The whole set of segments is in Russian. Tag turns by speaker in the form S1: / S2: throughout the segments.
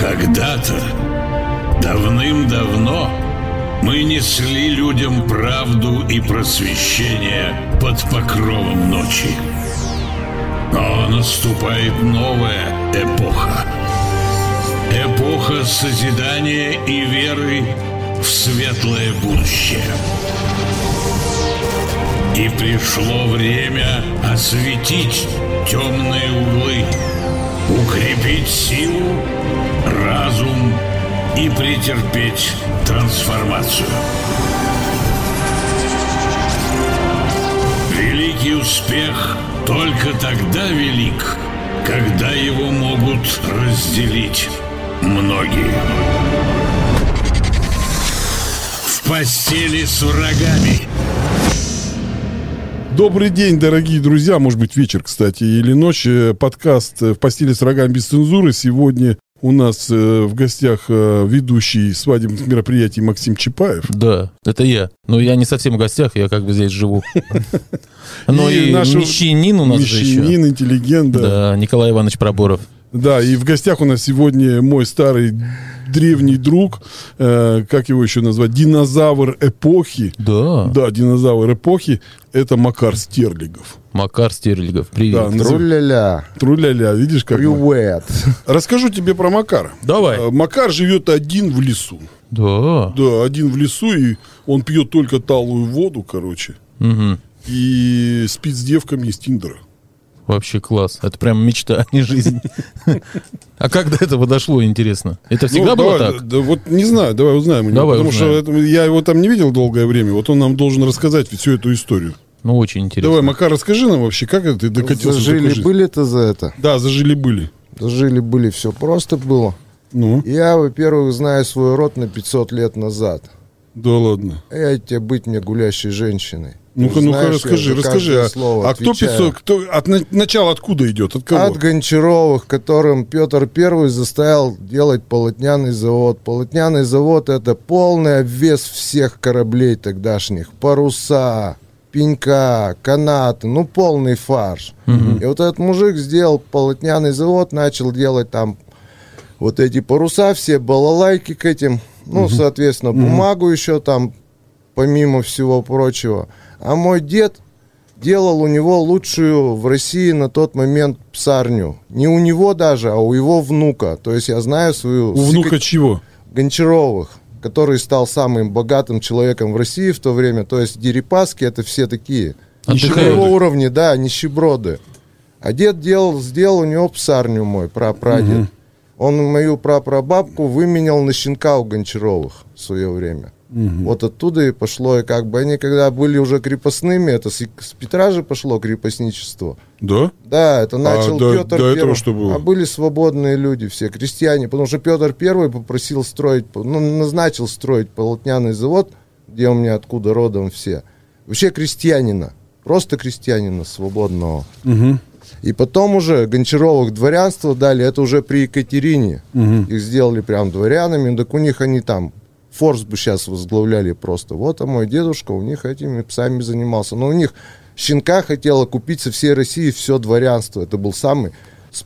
S1: когда-то, давным-давно, мы несли людям правду и просвещение под покровом ночи. Но наступает новая эпоха. Эпоха созидания и веры в светлое будущее. И пришло время осветить темные углы, укрепить силу, разум и претерпеть трансформацию. Великий успех только тогда велик, когда его могут разделить многие. В постели с врагами.
S2: Добрый день, дорогие друзья. Может быть, вечер, кстати, или ночь. Э, Подкаст э, «В постели с рогами без цензуры». Сегодня у нас э, в гостях э, ведущий свадебных мероприятий Максим Чапаев.
S3: Да, это я. Но я не совсем в гостях, я как бы здесь живу. Но
S2: И
S3: и,
S2: нашу-
S3: мещанин у нас же еще.
S2: Мещанин, интеллигент. Да.
S3: Да, Николай Иванович Проборов.
S2: Да, и в гостях у нас сегодня мой старый древний друг, э, как его еще назвать, динозавр эпохи.
S3: Да,
S2: Да, динозавр эпохи. Это Макар Стерлигов.
S3: Макар Стерлигов,
S2: Да,
S3: привет.
S2: назов-
S4: Тру-ля-ля,
S2: Труляля, видишь, как... мы-
S4: привет.
S2: Расскажу тебе про Макара.
S3: Давай.
S2: Э, Макар живет один в лесу.
S3: Да,
S2: Да, один в лесу, и он пьет только талую воду, короче.
S3: Мгм.
S2: И спит с девками из Тиндера.
S3: вообще класс. Это прям мечта, а не жизнь. А как до этого дошло, интересно? Это всегда
S2: Ну,
S3: было
S2: давай,
S3: так?
S2: Да, да вот не знаю, давай узнаем. у него,
S3: Давай
S2: потому
S3: узнаем.
S2: что это- я его там не видел долгое время. Вот он нам должен рассказать всю эту историю.
S3: Ну, очень
S2: Давай,
S3: интересно.
S2: Макар, расскажи нам вообще, как это ты докатился до такой
S4: Зажили
S2: жизни?
S4: были-то за это.
S2: Да, зажили были.
S4: Зажили были, все просто было.
S2: Ну,
S4: Я, во-первых, знаю свой род на 500 лет назад.
S2: да ладно.
S4: Я тебе быть мне гулящей женщиной.
S2: Ну-ка,
S4: Ты
S2: ну-ка,
S4: Ну, знаешь, я
S2: расскажи,
S4: за
S2: расскажи.
S4: каждое
S2: а-
S4: слово
S2: а кто
S4: отвечаю.
S2: песок, кто, от на- начала откуда идет, от кого?
S4: От Гончаровых, которым Петр Первый заставил делать полотняный завод. Полотняный завод — это полный обвес всех кораблей тогдашних. Паруса, пенька, канаты, ну полный фарш. И вот этот мужик сделал полотняный завод, начал делать там вот эти паруса, все балалайки к этим, ну, соответственно, бумагу еще там, помимо всего прочего. А мой дед делал у него лучшую в России на тот момент псарню. Не у него даже, а у его внука. То есть я знаю свою...
S2: У внука
S4: секрет-
S2: чего?
S4: Гончаровых, который стал самым богатым человеком в России в то время. То есть дерипаски это все такие.
S3: Отдыхают.
S4: Нищеброды. уровня, да, нищеброды. А дед делал, сделал у него псарню мой, прапрадед. Он мою прапрабабку выменял на щенка у Гончаровых в свое время. Вот оттуда и пошло, и как бы они когда были уже крепостными, это с, с Петра же пошло крепостничество.
S2: Да?
S4: Да, это начал
S2: А, до-
S4: Петр
S2: до этого
S4: Первый.
S2: что было?
S4: А были свободные люди все, крестьяне, потому что Петр Первый попросил строить, по- ну, назначил строить полотняный завод, где у меня откуда родом все. Вообще крестьянина, просто крестьянина свободного. И потом уже Гончаровых дворянство дали, это уже при Екатерине. Их сделали прям дворянами, так у них они там форс бы сейчас возглавляли просто. Вот, а мой дедушка у них этими псами занимался. Но у них щенка хотела купить со всей России все дворянство. Это был самый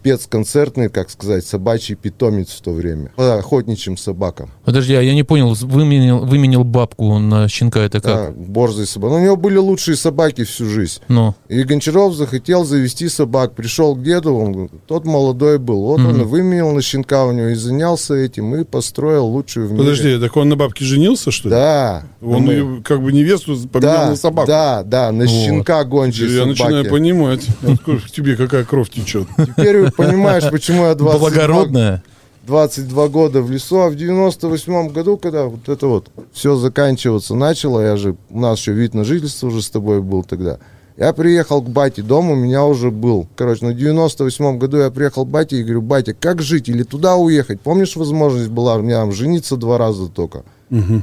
S4: спецконцертный, как сказать, собачий питомец в то время. По охотничьим собакам.
S3: Подожди, а я не понял, выменил, выменил бабку на щенка, это
S2: А.
S4: Да,
S3: как?
S4: борзые собаки. Но у него были лучшие собаки всю жизнь.
S3: Ну,
S4: И Гончаров захотел завести собак. Пришел к деду, он, говорит, тот молодой был. Вот он и выменил на щенка у него и занялся этим, и построил лучшую в мире.
S2: Подожди, так он на бабке женился, что ли?
S4: Да.
S2: Он
S4: Ну,
S2: её как бы невесту поменял
S4: да,
S2: на собаку.
S4: да, да, на щенка гончей
S2: Я
S4: собаки.
S2: начинаю понимать, откуда в тебе какая кровь течет.
S4: Теперь вы понимаешь, почему я 22,
S3: благородная.
S4: 22 года в лесу, а в 98 году, когда вот это вот все заканчиваться начало, я же, у нас еще вид на жительство уже с тобой был тогда, я приехал к бате, дом у меня уже был. Короче, на 98 году я приехал к бате и говорю, батя, как жить или туда уехать? Помнишь, возможность была у меня там жениться два раза только,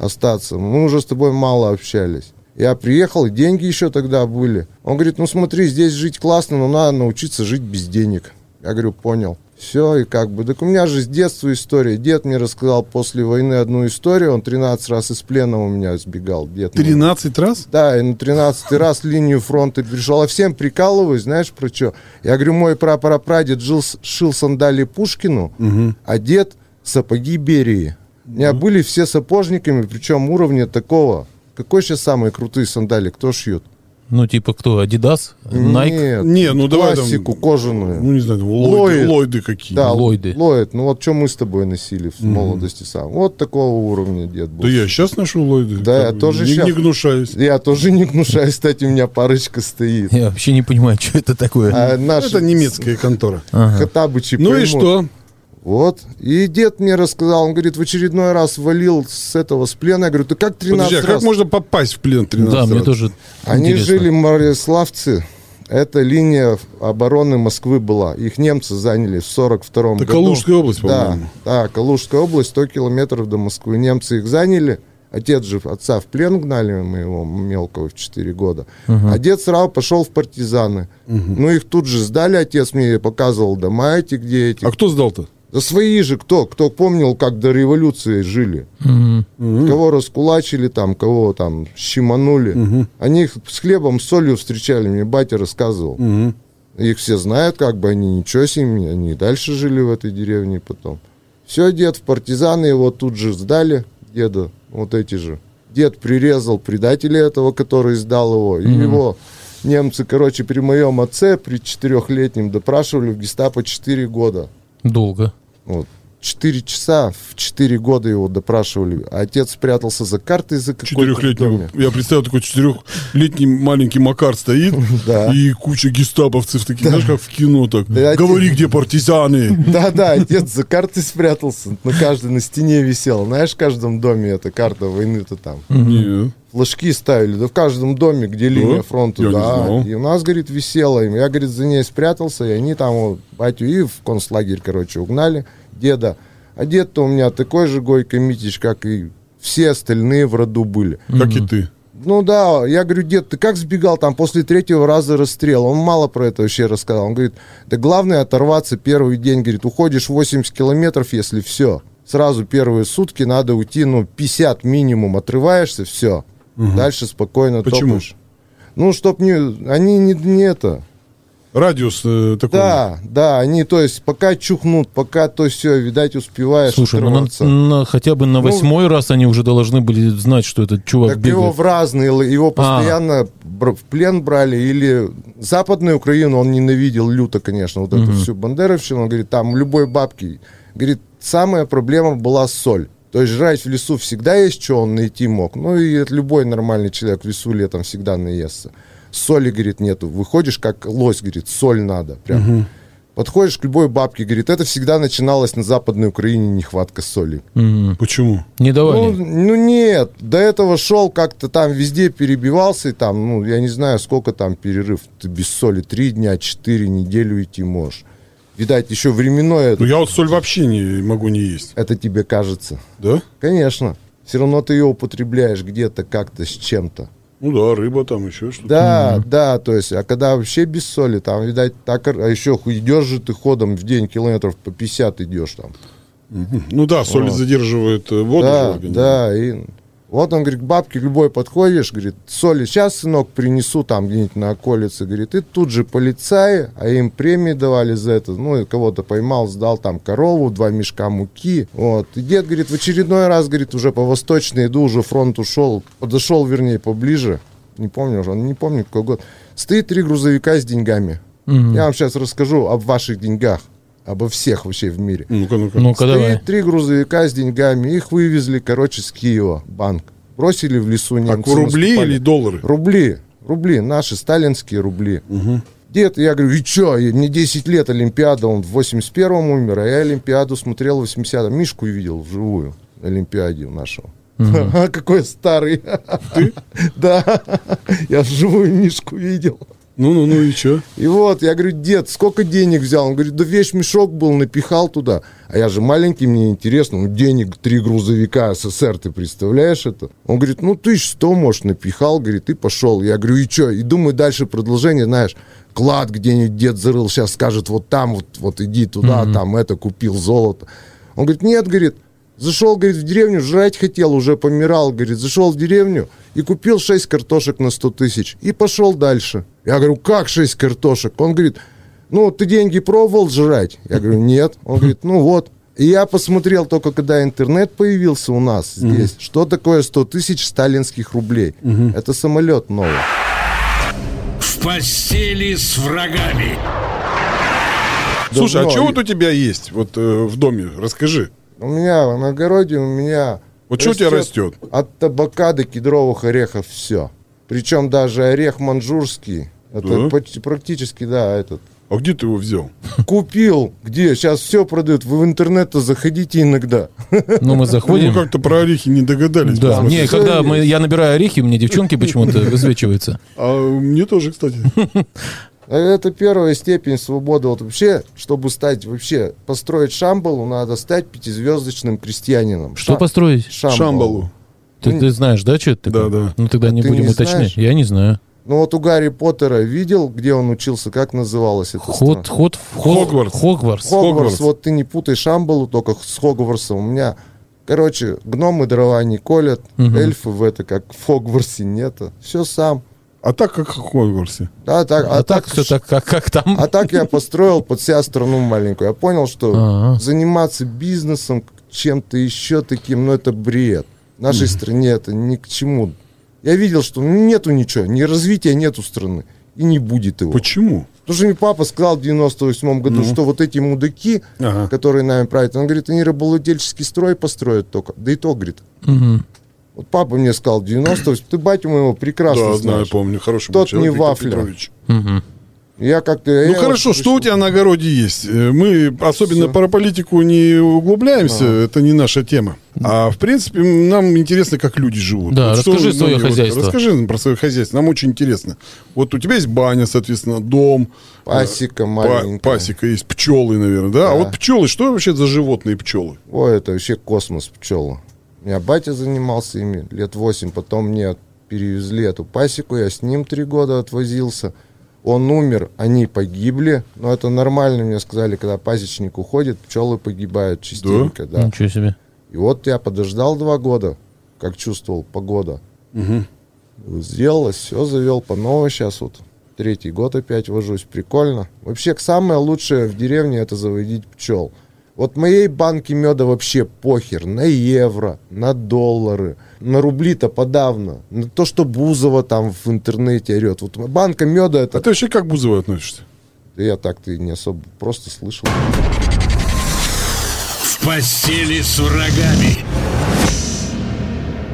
S4: остаться? Мы уже с тобой мало общались. Я приехал, и деньги еще тогда были. Он говорит, ну смотри, здесь жить классно, но надо научиться жить без денег. Я говорю, понял. Все, и как бы, так у меня же с детства история. Дед мне рассказал после войны одну историю, он 13 раз из плена у меня сбегал. Дед мой.
S2: 13 раз?
S4: Да, и на 13 раз линию фронта перешел. А всем прикалываюсь, знаешь, про что? Я говорю, мой прапрапрадед жил, с- шил сандали Пушкину, а дед сапоги Берии. У
S2: Ну.
S4: меня были все сапожниками, причем уровня такого. Какой сейчас самые крутые сандали? Кто шьет?
S3: Ну, типа кто, Adidas, Nike?
S4: Нет,
S2: Не, ну давай там-
S4: классику кожаную.
S2: Ну, не знаю, там лойды,
S4: Ллойд.
S2: лойды какие.
S4: Да,
S3: Ллойды.
S4: Ллойд. Ну вот что мы с тобой носили в молодости сам. Вот такого уровня дед был.
S2: Да я сейчас ношу лойды.
S4: Да, я
S2: Там
S4: тоже
S2: не,
S4: щас.
S2: не гнушаюсь.
S4: Я тоже не гнушаюсь, кстати, у меня парочка стоит.
S3: Я вообще не понимаю, что это такое.
S4: А наши
S2: Это немецкая контора.
S4: хатабычи
S2: Ну и
S4: поймут.
S2: что?
S4: Вот. И дед мне рассказал, он говорит, в очередной раз валил с этого, с плена. Я говорю, ты как 13
S2: Подожди, а
S4: раз?
S2: как можно попасть в плен 13
S3: Да,
S2: раз?
S3: мне тоже
S4: Они
S3: интересно.
S4: жили мореславцы. Это линия обороны Москвы была. Их немцы заняли в 42
S2: Это
S4: году.
S2: Калужская область,
S4: Да,
S2: по-моему.
S4: да, Калужская область, 100 километров до Москвы. Немцы их заняли. Отец же отца в плен гнали, мы его мелкого в 4 года. А дед сразу пошел в партизаны. Ну, их тут же сдали, отец мне показывал дома эти, где эти.
S2: А кто сдал-то?
S4: Да свои же кто? Кто помнил, как до революции жили? Кого раскулачили там, кого там щеманули. Они их с хлебом, с солью встречали, мне батя рассказывал. Их все знают, как бы они ничего себе, они и дальше жили в этой деревне потом. Все, дед в партизаны его тут же сдали, деда, вот эти же. Дед прирезал предателя этого, который сдал его, и его немцы, короче, при моем отце, при четырехлетнем, допрашивали в гестапо 4 года.
S3: долго.
S4: Вот. Четыре часа, в четыре года его допрашивали. А отец спрятался за картой за какой-то...
S2: Четырехлетнего.
S4: доме.
S2: Я представил, такой четырехлетний маленький Макар стоит,
S4: Да.
S2: и куча гестаповцев таких, знаешь, как в кино так.
S4: Да,
S2: Говори,
S4: отец-
S2: где партизаны.
S4: Да-да, отец за картой спрятался. На каждой на стене висел. Знаешь, в каждом доме эта карта войны-то там.
S2: Не.
S4: Флажки ставили. Да в каждом доме, где линия фронта.
S2: Я не
S4: Да.
S2: знал.
S4: И у нас, говорит, висела им. Я, говорит, за ней спрятался. И они там вот, батю и в концлагерь, короче, угнали. Деда. А дед-то у меня такой же Гойко Митич, как и все остальные в роду были.
S2: Как и ты.
S4: Ну да, я говорю, дед, ты как сбегал там после третьего раза расстрела? Он мало про это вообще рассказал. Он говорит, да главное оторваться первый день. Говорит, уходишь 80 километров, если все. Сразу первые сутки надо уйти, ну, 50 минимум. Отрываешься, все. Дальше спокойно
S2: Почему?
S4: топаешь. Ну, чтоб не... Они не, не это...
S2: Радиус э, такой.
S4: Да, да, они, то есть, пока чухнут, пока то все, видать, успеваешь
S3: Слушай, ну на-
S4: отрываться.
S3: на- хотя бы на восьмой раз они уже должны были знать, что этот чувак
S4: Так его
S3: бегает.
S4: в разные, л- его постоянно бр- в плен брали, или Западную Украину он ненавидел люто, конечно, вот эту всю бандеровщину, он говорит, там любой бабки, говорит, самая проблема была соль. То есть жрать в лесу всегда есть, что он найти мог. Ну и это любой нормальный человек в лесу летом всегда наестся. Соли, говорит, нету. Выходишь, как лось, говорит, соль надо. Прям. Подходишь к любой бабке, говорит, это всегда начиналось на Западной Украине нехватка соли.
S2: Почему?
S3: Не
S4: Ну,
S3: давали.
S4: ну нет, до этого шел как-то там везде перебивался, и там, ну, я не знаю, сколько там перерыв. Ты без соли три дня, четыре, неделю идти можешь. Видать, еще временное
S2: Ну
S4: это,
S2: я вот соль вообще не могу не есть.
S4: это тебе кажется.
S2: Да?
S4: Конечно. Все равно ты ее употребляешь где-то, как-то, с чем-то.
S2: Ну да, рыба там еще что-то.
S4: Да, да, то есть, а когда вообще без соли, там, видать, так, а еще ху- идешь же ты ходом в день километров по 50 идешь там.
S2: Ну да, соль задерживает э, воду. в
S4: Да,
S2: организме.
S4: да, и вот он говорит, к бабке любой подходишь, говорит, соли сейчас, сынок, принесу там где-нибудь на околице, говорит, и тут же полицаи, а им премии давали за это, ну, и кого-то поймал, сдал там корову, два мешка муки, вот, и дед, говорит, в очередной раз, говорит, уже по восточной иду, уже фронт ушел, подошел, вернее, поближе, не помню уже, не помню какой год, стоит три грузовика с деньгами, я вам сейчас расскажу об ваших деньгах, обо всех вообще в мире.
S2: Ну-ка, ну-ка.
S3: Ну-ка, давай.
S4: Стоит три грузовика с деньгами. Их вывезли, короче, с Киева. Банк. Бросили в лесу
S2: так
S4: немцы.
S2: рубли
S4: наступали.
S2: или доллары?
S4: Рубли. Рубли. Наши сталинские рубли. Дед, я говорю, и чё? И Мне 10 лет Олимпиада. Он в 81-м умер, а я Олимпиаду смотрел в 80-м. Мишку видел вживую. Олимпиаде нашего. Ха-ха, Какой старый. Ты? Да. Я вживую Мишку видел.
S2: Ну-ну-ну и что?
S4: И вот, я говорю, дед, сколько денег взял? Он говорит, да весь мешок был, напихал туда. А я же маленький, мне интересно, ну, денег, три грузовика СССР, ты представляешь это? Он говорит, ну, ты что, может, напихал, говорит, и пошел. Я говорю, и что? И думаю, дальше продолжение, знаешь, клад где-нибудь дед зарыл, сейчас скажет, вот там, вот, вот иди туда, там это, купил золото. Он говорит, нет, говорит, Зашел, говорит, в деревню, жрать хотел, уже помирал, говорит, зашел в деревню и купил 6 картошек на 100 тысяч и пошел дальше. Я говорю, как 6 картошек? Он говорит, ну, ты деньги пробовал жрать? Я говорю, нет. Он говорит, ну вот. И я посмотрел только, когда интернет появился у нас здесь, что такое 100 тысяч сталинских рублей. Это самолет новый.
S1: В постели с врагами.
S2: Слушай, а
S4: Давно.
S2: что вот у тебя есть вот э, в доме? Расскажи.
S4: У меня на огороде у меня...
S2: Вот что у тебя растет?
S4: От табака до кедровых орехов все. Причем даже орех манжурский. Это
S2: Да?
S4: почти- практически, да, этот.
S2: А где ты его взял?
S4: Купил, где? Сейчас все продают. Вы в интернет-то заходите иногда.
S3: Ну, мы
S2: Мы
S3: заходим.
S2: как-то про орехи не догадались.
S3: Да,
S2: потому
S3: не,
S2: что-
S3: когда мы, я набираю орехи, мне девчонки почему-то высвечиваются.
S2: А мне тоже, кстати.
S4: А Это первая степень свободы. Вот вообще, чтобы стать, вообще, построить Шамбалу, надо стать пятизвездочным крестьянином.
S3: Что
S4: Ша-
S3: построить?
S4: Шамбалу.
S2: Шамбалу.
S3: Ты, ты знаешь, да, что это такое?
S2: Да, да.
S3: Ну, тогда не
S4: ты
S3: будем
S4: не
S3: уточнять.
S4: знаешь?
S3: Я не знаю.
S4: Ну вот у Гарри Поттера видел, где он учился, как называлась эта
S3: Ход,
S4: страна?
S3: ход, в- ход,
S2: Хогвартс.
S3: Хогвартс.
S4: Хогвартс.
S2: Хогвартс.
S4: Вот ты не путай Шамбалу только с Хогвартсом. У меня, короче, гномы дрова не колят, эльфы в это, как в Хогвартсе нету. Все сам.
S2: А так как в Хогвартсе.
S4: Да, так,
S3: А, так, все так, как, как там?
S4: А так я построил под себя страну маленькую. Я понял, что
S3: Ага.
S4: заниматься бизнесом, чем-то еще таким, ну это бред. Нашей стране это ни к чему. Я видел, что ну, нету ничего, ни развития нету страны. И не будет его.
S2: Почему?
S4: Потому что мне папа сказал в 98 году, что вот эти мудаки,
S2: Ну. Ага.
S4: которые нами правят, он говорит, они рабовладельческий строй построят только. Да и то, говорит.
S3: Мгм.
S4: Вот папа мне сказал в 98 ты батю моего прекрасно
S2: да, знаю,
S4: знаешь.
S2: помню. Хороший
S4: Тот
S2: был человек,
S4: не
S2: Виктор
S4: вафля.
S2: Петрович.
S4: Я как-то... э,
S2: Ну хорошо, что у тебя на огороде есть? Э, Мы особенно
S4: Всё.
S2: про политику не углубляемся, это не наша тема. А в принципе нам интересно, как люди живут.
S3: Да,
S2: что
S3: расскажи
S2: вы,
S3: своё
S2: вот,
S3: хозяйство.
S2: расскажи нам про свое хозяйство, нам очень интересно. Вот у тебя есть баня, соответственно, дом.
S4: Пасека
S2: э, па-
S4: маленькая.
S2: Пасека есть, пчелы, наверное, да? А
S4: Да.
S2: вот пчелы, что вообще за животные пчелы?
S4: Ой, это вообще космос пчелы. У меня батя занимался ими лет 8, потом мне перевезли эту пасеку, я с ним три года отвозился. Он умер, они погибли, но это нормально, мне сказали, когда пасечник уходит, пчелы погибают частенько, да.
S3: Ничего себе.
S4: И вот я подождал два года, как чувствовал, погода. Сделалось, все завел по новой сейчас вот. Третий год опять вожусь, прикольно. Вообще, самое лучшее в деревне это заводить пчел. Вот моей банке меда вообще похер на евро, на доллары, на рубли-то подавно. На то, что Бузова там в интернете орет. Вот банка меда
S2: А
S4: это...
S2: ты вообще как к Бузову относишься?
S4: Я так-то и не особо просто слышал.
S1: В постели с врагами.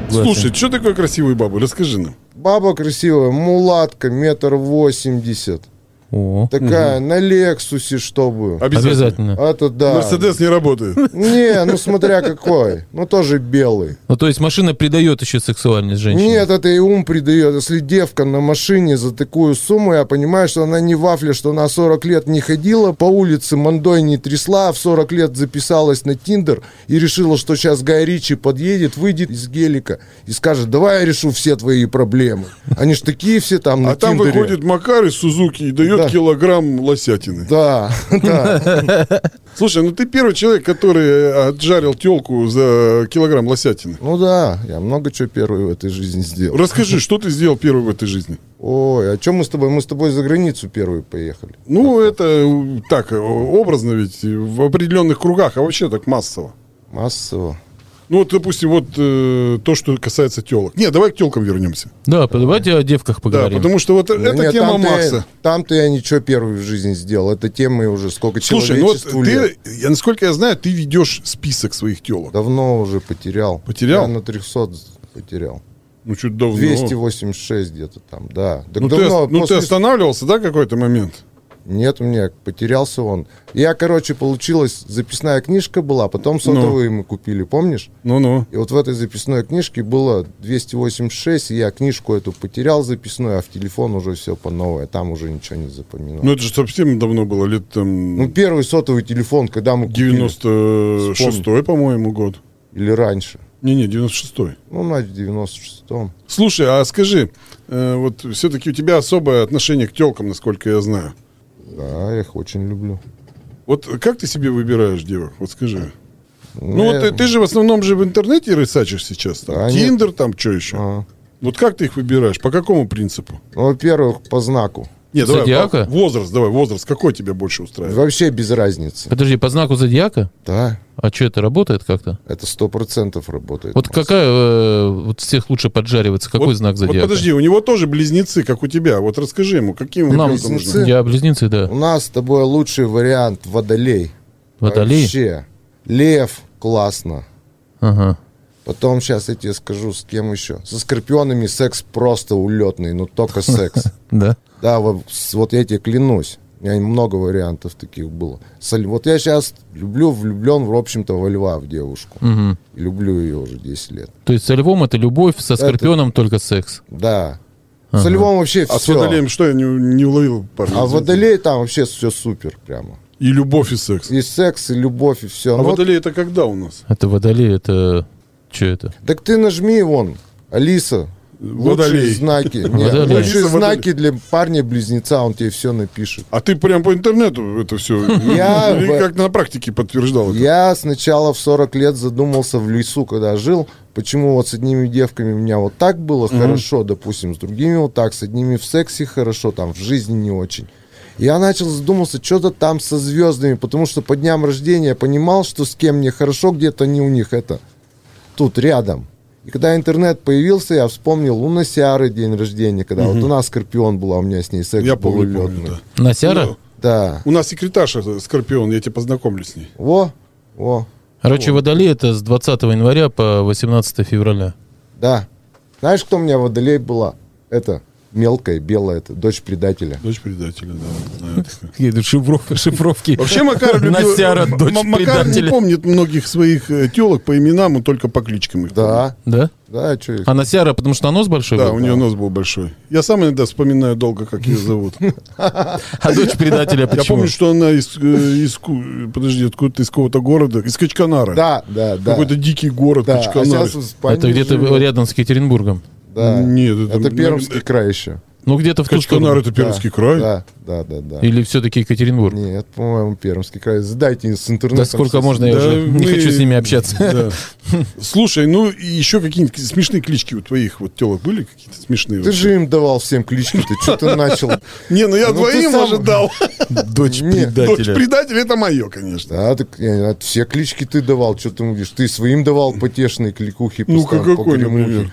S2: Слушай, что такое красивые бабы? Расскажи нам.
S4: Баба красивая, мулатка, метр восемьдесят.
S3: О,
S4: Такая, на Лексусе, чтобы.
S3: обязательно.
S4: Это да.
S2: Мерседес не работает.
S4: Не, ну смотря какой. Ну тоже белый.
S3: Ну, то есть машина придает еще сексуальность женщине.
S4: Нет, это и ум придает. Если девка на машине за такую сумму, я понимаю, что она не вафля, что она 40 лет не ходила по улице, мандой не трясла, а в 40 лет записалась на Тиндер и решила, что сейчас Гай Ричи подъедет, выйдет из гелика и скажет, давай я решу все твои проблемы. Они ж такие все там на
S2: А там
S4: Тиндере.
S2: выходит Макар из Сузуки и дает
S4: Да.
S2: килограмм лосятины.
S4: Да, да.
S2: Слушай, ну ты первый человек, который э, отжарил телку за килограмм лосятины.
S4: Ну да, я много чего первый в этой жизни сделал.
S2: Расскажи, что ты сделал первый в этой жизни?
S4: Ой, а чем мы с тобой? Мы с тобой за границу первые поехали.
S2: Ну, это э, так, э, образно ведь, э, в определенных кругах, а вообще так массово.
S4: Массово.
S2: Ну, вот, допустим, вот э, то, что касается телок. Не, давай к телкам вернемся.
S3: Да, давайте о девках
S2: Да,
S3: поговорим.
S2: потому что вот
S4: Ну,
S2: это
S4: нет,
S2: тема
S4: там-то я-
S2: Макса.
S4: Там-то я ничего первый в жизни сделал. Это тема и уже сколько
S2: Слушай, ну вот
S4: человечеству лет.
S2: ты, я, насколько я знаю, ты ведешь список своих телок.
S4: Давно уже потерял.
S2: Потерял?
S4: Я на 300 потерял.
S2: Ну, чуть давно.
S4: 286 где-то там, да. Так
S2: Ну, ты,
S4: давно,
S2: ну, ты
S4: после-
S2: останавливался, да, какой-то момент?
S4: Нет, у меня потерялся он. Я, короче, получилось, записная книжка была, потом
S2: Ну.
S4: сотовые мы купили, помнишь?
S2: Ну-ну.
S4: И вот в этой записной книжке было 286, и я книжку эту потерял записную, а в телефон уже все по новой, а там уже ничего не запоминал.
S2: Ну, это же совсем давно было, лет
S4: Ну,
S2: там
S4: первый сотовый телефон, когда мы купили.
S2: 96-й, по-моему, год.
S4: Или раньше.
S2: Не-не, 96-й.
S4: Ну, на 96-м.
S2: Слушай, а скажи, э, вот все-таки у тебя особое отношение к телкам, насколько я знаю.
S4: Да, я их очень люблю.
S2: Вот как ты себе выбираешь девок? Вот скажи. Ну,
S4: Я-
S2: вот ты, ты же в основном же в интернете рысачишь сейчас. Там,
S3: А
S4: Да, нет.
S2: Тиндер, там, что еще?
S4: Ага.
S2: Вот как ты их выбираешь? По какому принципу?
S4: Ну, во-первых, по знаку.
S2: Нет, давай,
S3: Зодиака?
S2: по- возраст, давай, возраст. Какой тебя больше устраивает?
S4: Вообще без разницы.
S3: Подожди, по знаку зодиака?
S4: Да,
S3: А что это работает как-то?
S4: это сто процентов работает.
S3: Вот
S4: Макс.
S3: какая э, вот всех лучше поджаривается? Какой
S2: Вот-
S3: знак
S2: Вот
S3: зодиака?
S2: подожди, у него тоже близнецы, как у тебя. Вот расскажи ему, какие ему
S3: Нам-
S2: ребенка нужны?
S4: близнецы.
S3: Я близнецы, да.
S4: У нас с тобой лучший вариант водолей.
S3: Водолей.
S4: Вообще. Лев, классно.
S3: Ага.
S4: Потом сейчас я тебе скажу, с кем еще. Со скорпионами секс просто улетный, но только секс.
S3: Да.
S4: Да, во- с- вот я тебе клянусь. У меня много вариантов таких было. Со ль- Вот я сейчас люблю, влюблен, в общем-то, во льва, в девушку.
S3: Мгм.
S4: Люблю ее уже 10 лет.
S3: То есть со львом это любовь, со скорпионом только секс.
S4: Да. Со львом вообще
S2: А с
S4: все.
S2: водолеем что я не, не уловил, парни?
S4: А водолей там вообще все супер прямо.
S2: И любовь, и секс.
S4: И секс, и любовь, и Ну все.
S2: А водолей это когда у нас?
S3: Это водолей, это... Что это?
S4: Так ты нажми вон, Алиса.
S2: Водолей.
S4: Лучшие знаки. Нет,
S3: Водолей.
S4: лучшие
S2: Алиса, водолей.
S4: знаки для парня-близнеца, он тебе все напишет.
S2: А ты прям по интернету это все
S4: Я в-
S2: как на практике подтверждал это?
S4: Я сначала в 40 лет задумался в лесу, когда жил, почему вот с одними девками у меня вот так было хорошо, допустим, с другими вот так, с одними в сексе хорошо, там в жизни не очень. Я начал задумался, что-то там со звездами, потому что по дням рождения я понимал, что с кем мне хорошо, где-то не у них это тут рядом. И когда интернет появился, я вспомнил Луна Сиары день рождения, когда вот у нас Скорпион была, у меня с ней секс
S2: Я
S4: был
S2: помню, помню,
S4: улетный.
S2: да.
S3: Насяра?
S2: Ну,
S4: Да.
S2: У нас секретарша э, Скорпион, я тебя познакомлю с ней.
S4: Во, во,
S3: Короче, водолей это с 20 января по 18 февраля.
S4: Да. Знаешь, кто у меня водолей была? Это мелкая, белая, это дочь предателя.
S2: Дочь предателя, да. знаю такое.
S3: шифровки.
S2: Вообще Макар любил...
S3: Насяра, дочь
S2: М- Макар не
S3: предателя.
S2: помнит многих своих э, телок по именам, он только по кличкам их помнит.
S4: Да,
S3: Да?
S4: да, что их.
S3: А Насяра, потому что нос большой
S2: Да,
S3: был?
S2: у нее нос был большой. Я сам иногда вспоминаю долго, как ее зовут.
S3: А дочь предателя
S2: Я
S3: почему?
S2: помню, что она из, э, из Ку- подожди, откуда-то из какого-то города, из Качканара.
S4: Да, да, да.
S2: Какой-то дикий город
S4: да. А
S2: Качканар.
S4: сейчас в Испании
S3: Это где-то
S4: живет.
S3: рядом с Екатеринбургом.
S4: Да.
S2: Нет, это-
S4: это, Пермский край еще.
S3: Ну, где-то в ту
S2: Качканар
S3: сторону.
S2: это Пермский край.
S4: Да, да, да, да.
S3: Или все-таки Екатеринбург.
S4: Нет, по-моему, Пермский край. Задайте с интернета.
S3: Да сколько можно, я
S2: ну, Да
S3: уже не
S2: мы-
S3: хочу с ними общаться.
S2: Да. Слушай, ну и еще какие-нибудь смешные клички у твоих вот телок были какие-то смешные?
S4: Ты же им давал всем клички, ты что ты начал?
S2: Не, ну я
S4: Ну, ты
S2: двоим
S4: сам-
S2: уже дал.
S3: Дочь
S4: Нет,
S2: Дочь предатель это мое, конечно.
S4: Да, так, э, а, все клички ты давал, что ты говоришь? Ты своим давал потешные кликухи.
S3: Ну,
S2: Ну-ка,
S4: постоянно,
S2: какой,
S4: погремухи.
S2: например?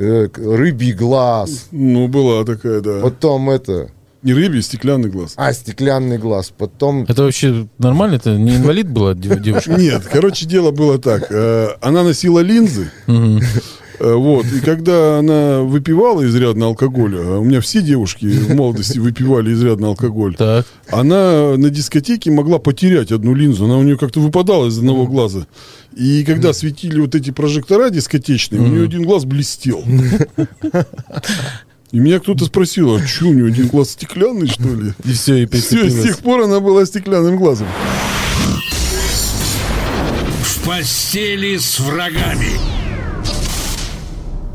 S4: Э, к- рыбий глаз.
S2: Ну, была такая, да.
S4: Потом это...
S2: Не рыбий, стеклянный глаз.
S4: А, стеклянный глаз. Потом...
S3: Это вообще нормально? Это не инвалид была дев- девушка?
S2: Нет, короче, дело было так. Э, Она носила линзы. Э, Вот. И когда она выпивала изрядно алкоголя, а у меня все девушки в молодости выпивали изрядно алкоголь,
S3: Так.
S2: она на дискотеке могла потерять одну линзу. Она у нее как-то выпадала из одного глаза. И когда светили вот эти прожектора дискотечные, у нее один глаз блестел. И меня кто-то спросил, а что у нее один глаз стеклянный, что ли?
S3: И все, и
S2: Все, с
S3: прицепилась.
S2: тех пор она была стеклянным глазом.
S1: В постели с врагами.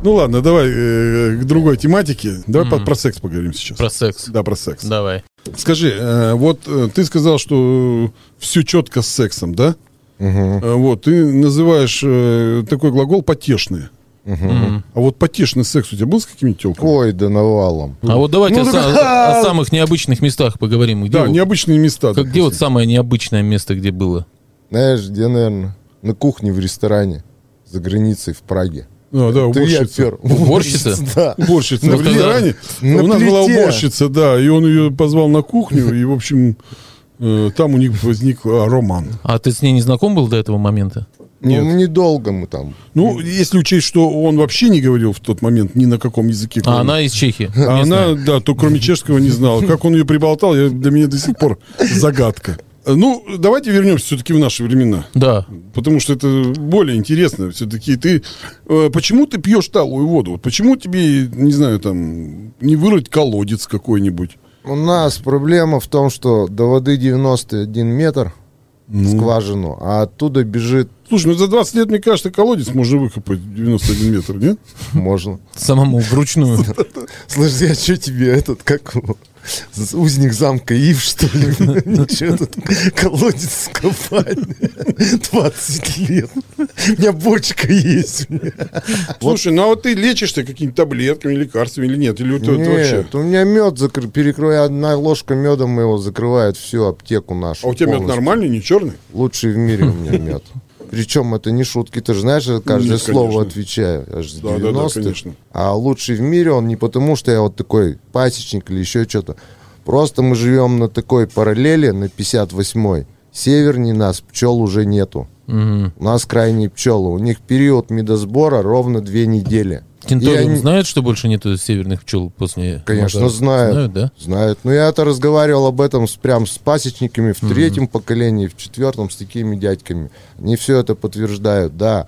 S2: Ну ладно, давай э, к другой тематике. Давай по- про секс поговорим сейчас.
S3: Про секс.
S2: Да, про секс.
S3: Давай.
S2: Скажи, э, вот э, ты сказал, что все четко с сексом, да? Э, Вот, ты называешь э, такой глагол потешные. А вот потешный секс у тебя был с какими-нибудь телками?
S4: Ой, да навалом.
S3: А вот давайте
S2: Ну,
S3: о,
S2: так,
S3: са-
S2: а!
S3: о самых необычных местах поговорим. Где
S2: да,
S3: вот-
S2: необычные места.
S3: как, где вот самое необычное место, где было?
S4: Знаешь, где, наверное, на кухне в ресторане за границей в Праге.
S2: А, да,
S4: Ты я
S2: уборщица.
S4: пер.
S3: Уборщица?
S4: Да.
S2: Уборщица.
S3: Ну,
S2: в
S3: когда-
S2: Иране
S4: на
S2: у нас была
S4: плите.
S2: уборщица, да, и он ее позвал на кухню, и, в общем, э, там у них возник а, роман.
S3: А ты с ней не знаком был до этого момента?
S4: Ну, недолго мы там.
S2: Ну, если учесть, что он вообще не говорил в тот момент ни на каком языке.
S3: А
S2: кроме-
S3: она из Чехии.
S2: А
S3: местная.
S2: она, да, то кроме чешского не знала. Как он ее приболтал, я, для меня до сих пор загадка. Ну, давайте вернемся все-таки в наши времена.
S3: Да.
S2: Потому что это более интересно. Все-таки ты... э, почему ты пьешь талую воду? Вот почему тебе, не знаю, там, не вырыть колодец какой-нибудь?
S4: У нас проблема в том, что до воды 91 метр
S2: Ну.
S4: скважину, а оттуда бежит
S2: Слушай, ну за 20 лет, мне кажется, колодец можно выкопать 91 метр, нет?
S4: можно.
S3: Самому вручную.
S4: Слышь, я что тебе этот, как его? узник замка Ив, что ли. Ничего тут колодец скопать. 20 лет. У меня бочка есть.
S2: Слушай, ну а вот ты лечишься какими-то таблетками, лекарствами или нет? Или вот это вообще?
S4: Нет, у меня мед закры... перекрою, одна ложка меда моего закрывает всю аптеку нашу.
S2: А у тебя мед
S4: полностью.
S2: нормальный, не черный?
S4: Лучший в мире у меня мед. Причем это не шутки, ты же знаешь, я каждое
S2: Нет,
S4: слово
S2: конечно.
S4: отвечаю. Я же с
S2: Да, да, да,
S4: 90-х.
S2: конечно.
S4: А лучший в мире он не потому, что я вот такой пасечник или еще что-то. Просто мы живем на такой параллели, на 58-й. Севернее нас пчел уже нету.
S3: Мгм.
S4: У нас крайние пчелы. У них период медосбора ровно две недели. И
S3: Кенториум
S4: они-
S3: знает, что больше нету северных пчел после...
S4: Конечно,
S3: Магара?
S4: знают.
S3: Знают, Ну да?
S4: Знают. Но я-то разговаривал об этом с, прям с пасечниками в третьем поколении, в четвертом, с такими дядьками. Они все это подтверждают, да.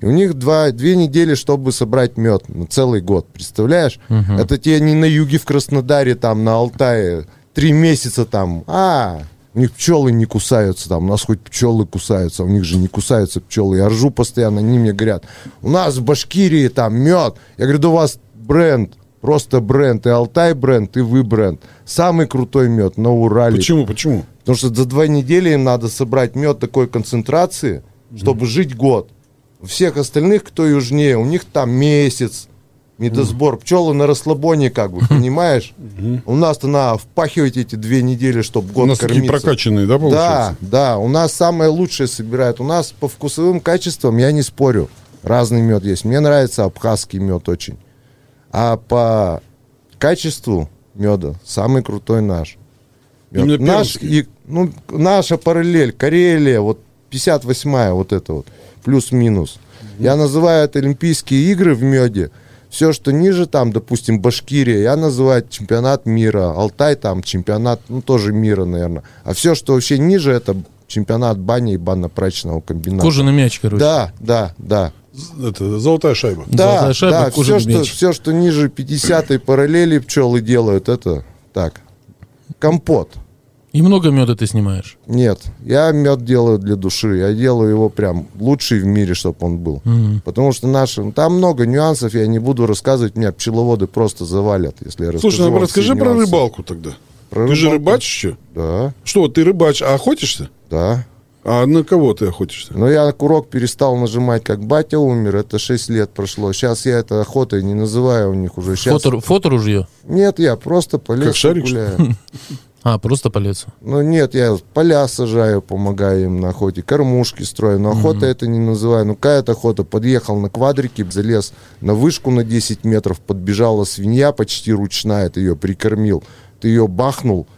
S4: И у них два, две недели, чтобы собрать мед на целый год, представляешь? Это те не на юге в Краснодаре, там, на Алтае, три месяца там. А, у них пчелы не кусаются там, у нас хоть пчелы кусаются, а у них же не кусаются пчелы. Я ржу постоянно, они мне говорят, у нас в Башкирии там мед. Я говорю, да у вас бренд, просто бренд, и Алтай бренд, и вы бренд. Самый крутой мед на Урале.
S2: Почему, почему?
S4: Потому что за два недели им надо собрать мед такой концентрации, чтобы жить год. У всех остальных, кто южнее, у них там месяц медосбор. Пчелы на расслабоне, как бы, понимаешь? У нас-то на впахивать эти две недели, чтобы
S2: У
S4: год
S2: нас такие
S4: кормиться.
S2: прокачанные, да,
S4: Да,
S2: получается?
S4: да, у нас самое лучшее собирают. У нас по вкусовым качествам я не спорю. Разный мед есть. Мне нравится абхазский мед очень. А по качеству меда самый крутой наш. Мед.
S2: Именно
S4: наш
S2: пермский?
S4: и, ну, наша параллель, Карелия, вот 58-я, вот это вот, плюс-минус. Я называю это Олимпийские игры в меде. Все, что ниже там, допустим, Башкирия, я называю это чемпионат мира. Алтай там чемпионат, ну, тоже мира, наверное. А все, что вообще ниже, это чемпионат бани и банно-прачечного комбината.
S3: Кожаный мяч, короче.
S4: Да, да, да.
S2: З- Это золотая шайба.
S4: Да,
S3: Золотая шайба,
S4: да, все
S3: кожаный
S4: что,
S3: мяч.
S4: все, что ниже 50-й параллели пчелы делают, это так. Компот.
S3: И много меда ты снимаешь.
S4: Нет, я мед делаю для души. Я делаю его прям лучший в мире, чтобы он был. Потому что наши... Там много нюансов, я не буду рассказывать. Меня пчеловоды просто завалят, если я расскажу
S2: Слушай, ну,
S4: вам все
S2: расскажи про
S4: нюансы.
S2: рыбалку тогда.
S4: Про
S2: ты же
S4: рыбалку?
S2: рыбачишь еще?
S4: Да,
S2: Что, ты рыбач, а охотишься?
S4: да.
S2: А на кого ты охотишься?
S4: Но я курок перестал нажимать, как батя умер. Это 6 лет прошло. Сейчас я это охотой не называю у них уже. Сейчас...
S3: Фото, фоторужье?
S4: Нет, я просто по лесу
S2: шарик, что ли?
S4: гуляю.
S3: А, просто по лесу.
S4: Ну нет, я поля сажаю, помогаю им на охоте, кормушки строю, но охота это не называю. Ну какая это охота? Подъехал на квадрике, залез на вышку на 10 метров, подбежала свинья почти ручная, ты ее прикормил, ты ее бахнул.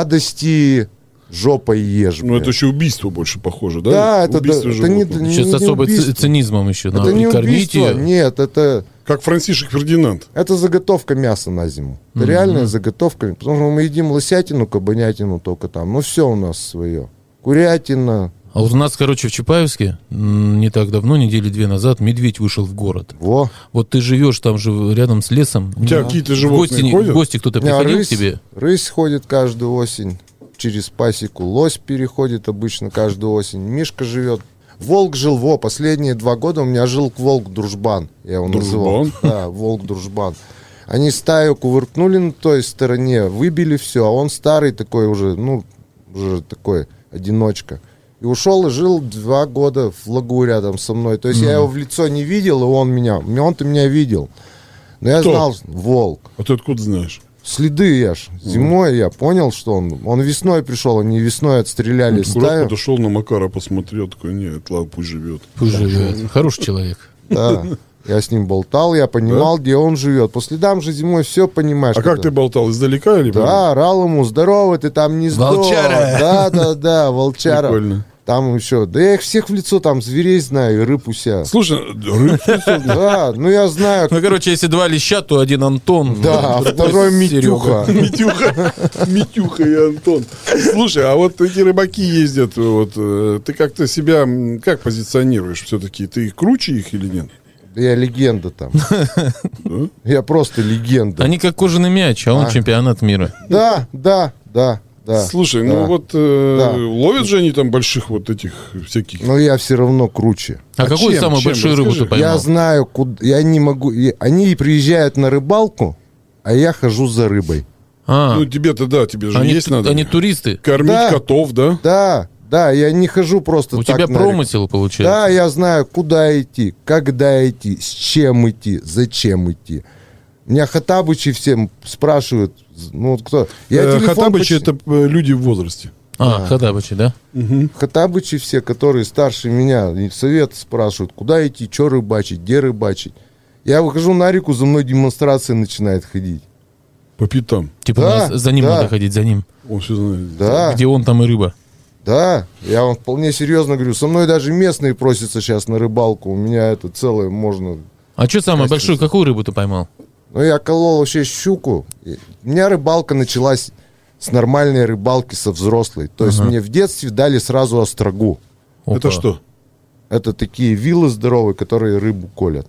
S4: Радости жопой ешь.
S2: Ну,
S4: блядь.
S2: это еще убийство больше похоже, да?
S4: да, это, да,
S2: убийство
S4: это не,
S2: животного.
S4: не-
S3: Еще с
S4: не
S3: особым ц-
S4: убийство.
S3: цинизмом еще.
S4: Это
S3: Надо
S4: не
S3: прикормить
S4: убийство,
S3: ее.
S4: нет, это
S2: Как Франсишек Фердинанд.
S4: Это заготовка мяса на зиму. Это реальная заготовка. Потому что мы едим лосятину, кабанятину только там. Ну, все у нас свое. Курятина.
S3: А вот у нас, короче, в Чапаевске м, не так давно, недели две назад, медведь вышел в город.
S4: Во.
S3: Вот ты живешь там же рядом с лесом. У
S2: тебя какие-то животные
S3: в гости, не-
S2: ходят?
S3: В гости кто-то
S4: У меня
S3: приходил
S4: а рысь,
S3: к тебе?
S4: рысь ходит каждую осень через пасеку. Лось переходит обычно каждую осень. Мишка живет. Волк жил, во, последние два года у меня жил волк-дружбан. Я его называл.
S2: Дружбан?
S4: Да, волк-дружбан. Они стаю кувыркнули на той стороне, выбили все, а он старый такой уже, ну, уже такой одиночка. И ушел и жил два года в лагу рядом со мной. То есть я его в лицо не видел, и он меня, он-то меня видел. Но я
S2: Кто?
S4: знал, волк.
S2: А ты откуда знаешь?
S4: Следы я ж. Зимой я понял, что он... Он весной пришел, они весной отстреляли
S2: Курак
S4: стаю.
S2: подошел на Макара, посмотрел, такой, нет, ладно, пусть живет.
S3: Пусть живет. Хороший человек.
S4: Да. Я с ним болтал, я понимал, где он живет. По следам же зимой все понимаешь.
S2: А как
S4: Это-
S2: ты болтал, издалека или прямо?
S4: Да, орал ему, здорово, ты там не сдох.
S3: Волчара.
S4: Да, да, да, волчара.
S2: Прикольно.
S4: Там еще, да я их всех в лицо там зверей знаю и рыб у себя.
S2: Слушай, рыб,
S4: Да, ну я знаю,
S3: Ну, короче, если два леща, то один Антон.
S4: да, а
S3: другой
S4: второй
S3: Серега.
S4: Митюха.
S2: Митюха, Митюха и Антон. Слушай, а вот эти рыбаки ездят, вот, э, ты как-то себя, м, как позиционируешь все-таки? Ты круче их или нет?
S4: Я легенда там.
S2: Да?
S4: Я просто легенда.
S3: Они как кожаный мяч, а он чемпионат мира.
S4: Да, да, да, да.
S2: Слушай,
S4: А, да.
S2: ну вот э,
S4: Да. Ну,
S2: ловят же они там больших вот этих всяких.
S4: Но я все равно круче.
S3: А,
S2: А
S3: какую
S2: чем,
S3: самую
S2: чем?
S3: большую рыбу ты
S2: Расскажи.
S3: поймал?
S4: Я знаю, куда. Я не могу. и- Они приезжают на рыбалку, а я хожу за рыбой.
S3: А,
S2: Ну, тебе-то, да, тебе же
S3: они,
S2: есть
S3: ту-
S2: надо.
S3: они туристы.
S2: Кормить
S4: Да.
S2: котов, да?
S4: Да, да, я не хожу просто
S3: У
S4: так
S3: тебя
S4: на реку.
S3: промысел получается.
S4: Да, я знаю, куда идти, когда идти, с чем идти, зачем идти. Меня хатабычи всем спрашивают, ну вот кто... Я
S2: Э,
S4: телефон
S2: Хатабычи
S4: почти-
S2: это э, люди в возрасте.
S3: А, Хадабычи, да?
S4: Хатабычи все, которые старше меня, они совет спрашивают, куда идти, что рыбачить, где рыбачить. Я выхожу на реку, за мной демонстрация начинает ходить.
S2: По пятам.
S3: Типа
S4: Да,
S3: нас- за ним
S4: да.
S3: надо ходить, за ним.
S2: Он все знает.
S4: Да,
S3: Где он, там и рыба.
S4: да, я вам вполне серьезно говорю. Со мной даже местные просятся сейчас на рыбалку. У меня это целое можно...
S3: А что самое
S4: Костя,
S3: большое, какую рыбу ты поймал?
S4: Ну, я колол вообще щуку. И- У меня рыбалка началась с нормальной рыбалки со взрослой. То есть мне в детстве дали сразу острогу.
S2: Это
S3: Опа.
S2: что?
S4: Это такие вилы здоровые, которые рыбу колят.